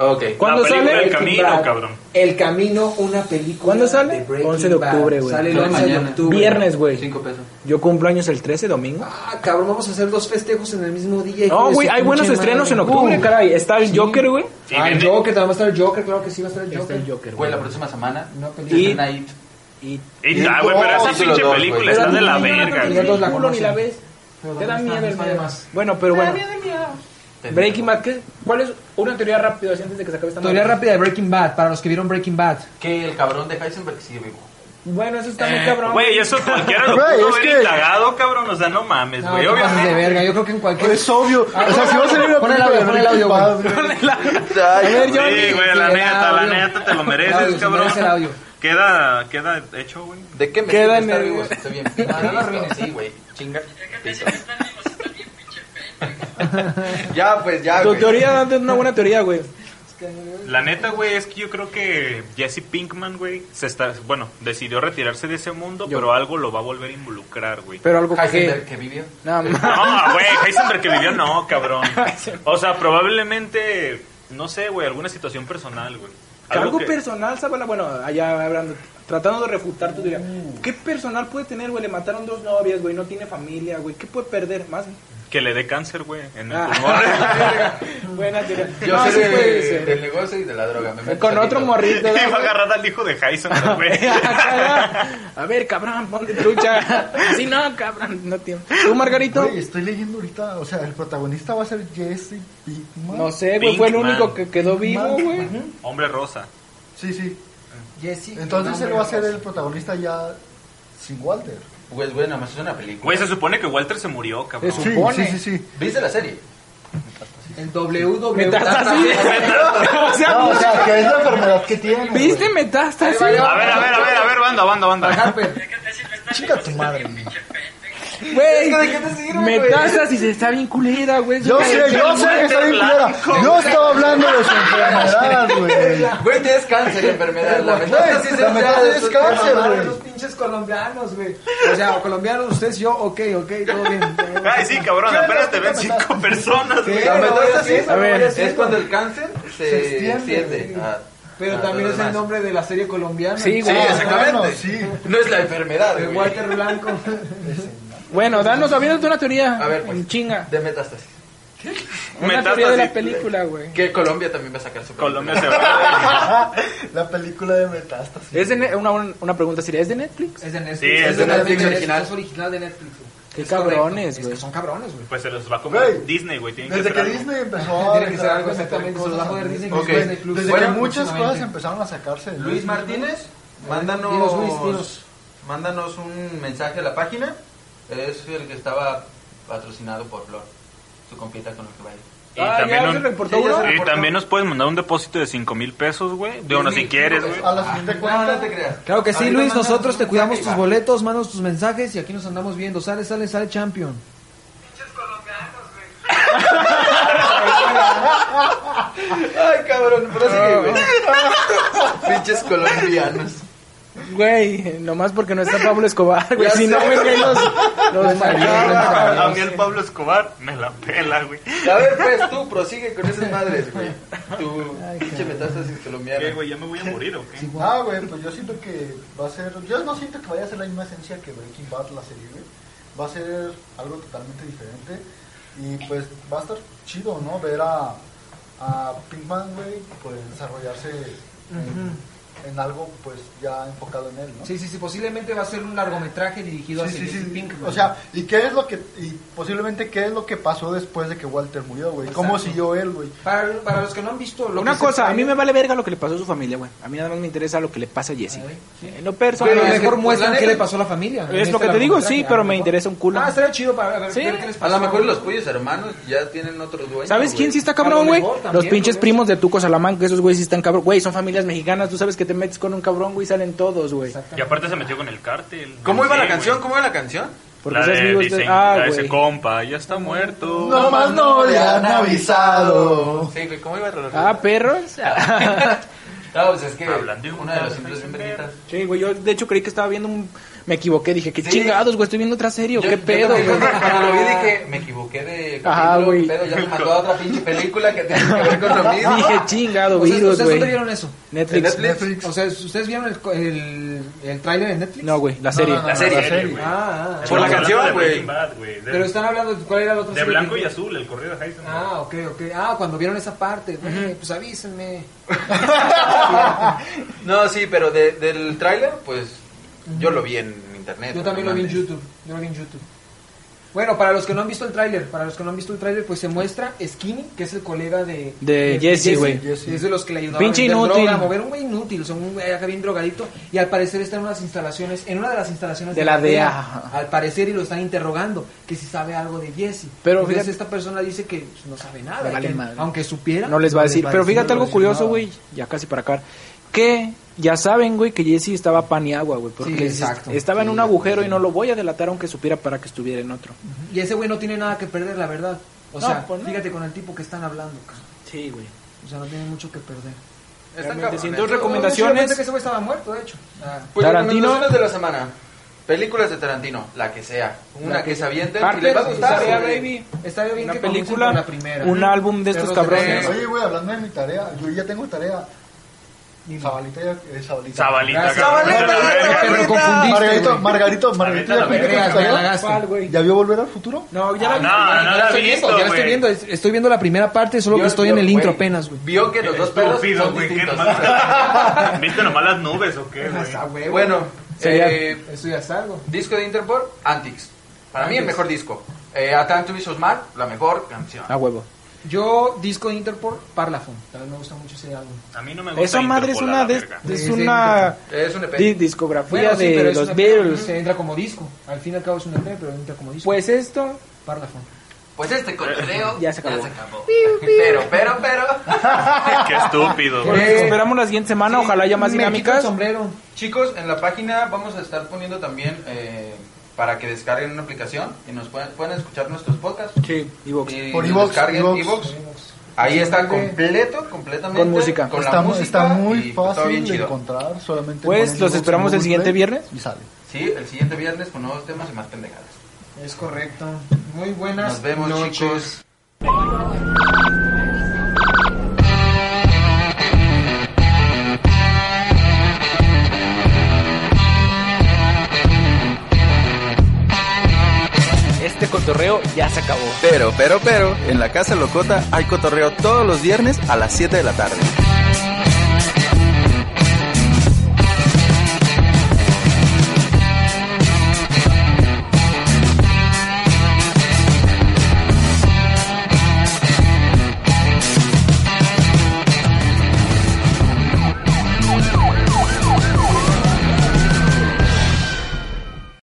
Ok.
¿Cuándo
La película
sale?
El Camino, cabrón.
El camino, una película.
¿Cuándo sale?
de Breaking
11 de octubre,
Bad.
güey.
Sale el
Sale
11 de
mañana.
octubre.
Viernes, güey.
Cinco pesos.
Yo cumplo años el 13, domingo.
Ah, cabrón, vamos a hacer dos festejos en el mismo día. hijo
No,
de
güey,
su
hay buenos
pinche
estrenos en
madre.
octubre,
Uh,
caray. Está el Joker, güey.
Sí,
ah, el
vende.
Joker, también va a estar el Joker, claro que sí va a estar el Joker.
Joker,
Güey, la próxima semana.
Una
se
película.
estrena It.
Y
Y, ah,
oh,
güey, pero esa
Dos,
pinche
dos,
película
güey.
está de la
Ni una
verga,
película,
güey.
güey.
ni culo, ni la ves. Te da miedo el miedo. Bueno, pero bueno. Breaking Bad, ¿qué? ¿cuál es una teoría rápida así antes de que se acabe esta
Teoría
madre?
rápida de Breaking Bad, para los que vieron Breaking Bad.
Que el cabrón de Heisenberg sigue vivo.
Bueno, eso está muy cabrón.
Eh, Güey, eso cualquiera lo
Güey,
pudo
es
haber
que-
indagado, cabrón. O sea, no mames,
No,
güey.
te pases de
Obviamente.
verga, yo creo que en cualquier...
Es Pues obvio. O sea, si vas a ver una
Pon el
película
audio,
de
pon el
Breaking
audio, güey.
Bad, güey.
Sí, güey, la
sí,
neta, la
audio.
neta, te lo
Audio,
mereces,
se
cabrón.
merece el audio.
Queda, queda hecho, güey.
¿De qué me
Queda
sirve
en
estar
el-
vivo? si Estoy bien. No, no lo arruines, sí, güey. Chinga. Listo. Ya, pues, ya,
Tu
güey.
teoría antes una buena teoría, güey.
La neta, güey, es que yo creo que Jesse Pinkman, güey, se está, bueno, decidió retirarse de ese mundo, pero algo lo va a volver a involucrar, güey.
Pero algo que...
Heisenberg que vivió.
Nada más.
No, güey, Heisenberg que vivió, no, cabrón. O sea, probablemente, no sé, güey, alguna situación personal, güey.
Que algo
que-
personal, Zabala, bueno, allá hablando, tratando de refutar tu teoría. ¿Qué personal puede tener, güey? Le mataron dos novias, güey, no tiene familia, güey. ¿Qué puede perder más?
que le dé cáncer, güey, en el pulmón.
Ah. Buena teoría.
Yo
No,
sé
sí
de-
puede ser.
del negocio y de la droga. me meto
Con
solito.
otro morrito.
Iba
¿verdad?
a agarrar al hijo de Heisenberg, güey.
A ver, cabrón, ponte trucha. Sí, no, cabrón, no tiempo. ¿Tú, Margarito?
Güey, estoy leyendo ahorita, o sea, el protagonista va a ser Jesse Pinkman.
No sé, güey, fue el
Pinkman.
único que quedó vivo, güey.
Hombre rosa.
Sí, sí.
Jesse.
Entonces él va a ser el protagonista ya sin Walter.
Güey, güey, nada más es una película.
Güey, se supone que Walter se murió, cabrón.
Se supone.
Sí, sí, sí, sí.
¿Viste la serie?
El WW.
Metástasis. O sea,
No, o sea, que es la enfermedad que tiene. güey.
¿viste metástasis?
A ver, a ver, a ver, a ver, banda, banda, banda.
Chica tu madre.
Güey, metástasis está bien culera, güey.
Yo sé, yo sé que está bien culera. Yo estaba hablando de su enfermedad, güey.
Güey, tienes cáncer y enfermedad. La verdad sí se
La metástasis es cáncer, güey.
Los pinches colombianos, güey. O sea, colombianos, ustedes, yo, ok, ok, todo bien.
Ay, sí, cabrón, apenas te ven cinco personas, güey.
La metástasis
A ver.
es cuando Ah, el cáncer se,
Se extiende,
extiende.
güey.
a-
Pero
a
también
todo
es
lo
el
demás.
nombre de la serie colombiana.
Sí,
Sí,
güey.
Ah,
exactamente.
Bueno, sí.
No es la enfermedad,
De
güey.
Walter Blanco.
Bueno, danos, aviéntate una teoría.
A ver, pues.
En chinga.
De metástasis.
Una teoría de la película, güey.
Que Colombia también va a sacar su película.
Colombia se va.
La película de metástasis.
¿Es de ne- una, una pregunta seria, ¿es de Netflix?
Es de Netflix.
Sí, es de
Netflix original.
Es original de Netflix. güey.
Qué
Es correcto.
cabrones,
Es que
güey.
Son cabrones, güey.
Pues se los va a comer
Güey.
Disney, güey. Tienen
Desde
que
que
hacer algo.
Disney empezó
Tiene que ser algo
sacar
exactamente,
cosas
se los va a poder Disney
a
Plus,
Disney.
Disney Plus.
Desde
Bueno,
que muchas
próximamente.
cosas empezaron a sacarse. de
Luis
Disney.
Martínez,
Dinos,
mándanos,
Luis, dinos.
mándanos un mensaje a la página. Es el que estaba patrocinado por Flor, su compita con el que va a ir.
Y
Ah,
también
ya
un-
se reportó
Sí, ya
uno.
se
Y también nos puedes mandar un depósito de 5 mil pesos, güey. De uno si quieres, güey.
A la siguiente
Ah, No,
cuenta.
no te creas.
Claro que sí,
Ahorita
Luis,
mándanos
nosotros
un
te cuidamos tus
mensaje
boletos, mandanos tus mensajes y aquí nos andamos viendo. Sale, sale, sale champion.
y va. Ay, cabrón,
Ah,
prosigue, güey. Pinches colombianos.
Güey, nomás porque no está Pablo Escobar, güey. Si no, güey, los, los mataba.
A mí el Pablo Escobar me la pela, güey.
A ver, pues tú prosigue con esas madres, güey. Tu pinche metástasis
¿Qué,
colombiana.
güey? ¿Ya me voy a morir o qué?
Ah, güey, pues yo siento que va a ser. Yo no siento que vaya a ser la misma esencia que Breaking Bad, la serie, güey. Va a ser algo totalmente diferente. Y pues va a estar chido, ¿no? Ver a, a Pinkman, güey, pues desarrollarse en en algo pues ya enfocado en él, ¿no?
Sí, sí, sí, posiblemente va a ser un largometraje dirigido
Sí,
hacia
sí, sí.
Jesse Pinkman.
O sea, ¿y qué es lo que, y posiblemente qué es lo que pasó después de que Walter murió, güey? ¿Cómo
Exacto.
siguió él, güey?
para, para los que no han visto lo
Una
que se
cosa, a m
puede-
mí me vale verga lo que le pasó a su familia, güey. A mí nada más me interesa lo que le pasa a Jesse.
Ay, sí.
En lo personal.
Pero
Pero es
mejor
que-
muestran
pues, la
qué le
neta-
pasó a la familia.
Es
En este
lo que te digo,
largometraje,
sí,
a
pero
lo
me
mejor.
interesa un culo.
Ah, estaría chido para ver,
Sí.
ver qué les
A
pasó.
lo mejor los cuyos hermanos ya tienen otros dueños.
¿Sabes
güey.
quién sí está
A
cabrón,
lo
güey?
mejor también,
Los pinches
güey.
primos de Tuco Salamanca, esos güeyes sí están cabrón. Güey, son familias mexicanas, tú sabes que te metes con un cabrón, güey, salen todos, güey.
Y aparte se metió con el cártel.
¿Cómo iba
Sí,
la
güey.
canción? ¿Cómo iba la canción?
Porque
la
seas
de,
vivo,
dicen,
estás- ah,
la de ese
güey.
compa ya está muerto.
más no le han avisado.
Sí, güey, ¿cómo iba la
Ah, perros.
No, pues es que
Hablando de un
una de las
cabrón,
simples bien
enfermero.
benditas.
Sí, güey, yo de hecho creí que estaba viendo un... Me equivoqué, dije, qué
Sí.
chingados, güey, estoy viendo otra serie, ¿o
Yo-
qué
yo
pedo,
también
güey.
Cuando cuando lo vi dije, me equivoqué de
Ajá,
capítulo,
güey.
Pero ya me mandó a otra pinche película que tiene que ver con lo mismo.
Dije, chingado,
O sea,
virus,
¿Ustedes
güey.
dónde vieron eso?
Netflix.
Netflix.
O sea, ¿ustedes vieron el, co- el, el tráiler en Netflix?
No, güey, la serie.
La serie.
güey.
Ah, ah,
Por la
Estamos
canción,
hablando de
güey.
Breaking Bad, güey. De,
pero están hablando de cuál era la otra
de
serie
blanco
que-
y azul, el correo de Heisenberg.
Ah, ok, ok. Ah, cuando vieron esa parte, güey, pues avísenme.
No, sí, pero de- del tráiler, pues yo lo vi en internet.
Yo también lo vi en YouTube. Yo lo vi en YouTube. Bueno, para los que no han visto el tráiler, para los que no han visto el tráiler, pues se muestra Skinny, que es el colega de,
De Jesse, güey.
Es de los que le ayudaba
Pinche
a vender
inútil.
droga, a mover un güey inútil, o sea, un güey acá bien drogadito y al parecer está en unas instalaciones, en una de las instalaciones
De la DEA.
Al parecer y lo están interrogando que si sabe algo de Jesse.
Pero
Entonces
fíjate-
esta persona dice que pues, no sabe nada,
Le vale
que
madre.
aunque supiera
No les va a decir. Pero
decir,
fíjate
no le va a
algo
decir
curioso,
nada.
güey. Ya casi para acá. Que ya saben, güey, que Jesse estaba paniagua, güey. Porque
Sí,
les-
exacto.
estaba en un agujero y no lo voy a delatar aunque supiera para que estuviera en otro.
Y ese güey no tiene nada que perder, la verdad. O
No,
sea,
pues no.
fíjate con el tipo que están hablando, cabrón.
Sí, güey.
O sea, no tiene mucho que perder.
Están
Realmente,
cabrones.
sin duda,
Yo pensé
recomendaciones.
que ese güey estaba muerto, de hecho. Ah,
Pues,
Tarantino.
recomendaciones de la semana. Películas de Tarantino, la que sea. Una que, se avienten y les va a gustar.
Tarea,
güey.
baby.
estaría bien
Una
que comiencen
película,
con la primera.
un álbum de estos
Perros de
cabrones.
Presa.
Oye, güey, hablando de mi tarea, yo ya tengo tarea. Sabalita ya, eh, Sabalita.
Zabalita,
Gracias.
cabrón.
Zabalita,
Pero-
Pero confundiste,
Margarito,
güey.
Margarito, Margarito, ¿ya
Ahorita la
cumpliste
verga,
tu
me la
tarea?
ganaste. ¿Cuál, güey?
¿Ya vio Volver al Futuro?
No, ya la,
Ah, No,
ya
no
la
la
estoy
he
viendo,
visto,
ya la estoy
güey.
viendo, es- estoy viendo la primera parte, solo
Yo-
que estoy
yo-
en el
güey,
intro apenas, güey.
Vio que los dos perros
Estúpido,
son
güey. qué
distintos.
mal. ¿Viste nomás las nubes o qué, güey?
Está huevo.
Bueno,
Sería-
eh,
eso ya es algo.
disco de Interpol, Antics. Para mí el mejor disco. Eh, A Time to Be So Smart, la mejor canción.
Ah,
A Ah, huevo.
Yo, disco de Interpol, Parlafon. También me gusta mucho ese álbum.
A mí no me gusta.
Esa madre es
Interpol,
una
la
de,
verga.
es
Sí, sí,
una
Es un EP.
di- discografía
sí,
de
pero es
los
una-
Beatles.
Se entra como disco. Al fin y al cabo es un EP, pero entra como disco.
Pues esto,
Parlafon.
Pues este cotorreo
Ya se acabó.
Pero, pero, pero.
Qué estúpido, güey.
pues, esperamos la siguiente semana,
sí,
ojalá haya más
Me quito el
dinámicas.
sombrero.
Chicos, en la página vamos a estar poniendo también eh, para que descarguen una aplicación y nos puedan, puedan escuchar nuestros podcasts.
Sí, Evox.
Y
Por
nos
iVoox,
descarguen
iVoox.
iVoox. Ahí está completo, completamente.
Con música.
Con
está,
la
mu-
música.
está muy
y pues, todo
fácil
bien
de
chido.
encontrar, solamente
Pues,
ponen
los
Xbox
esperamos
en
el
Google
siguiente
Play
viernes.
Y sale.
Sí, el siguiente viernes con nuevos temas y más pendejadas.
Es correcto. Muy buenas
Nos vemos,
noches.
chicos.
Este cotorreo ya se acabó.
Pero, pero, pero, en la Casa Locota hay cotorreo todos los viernes a las 7 de la tarde.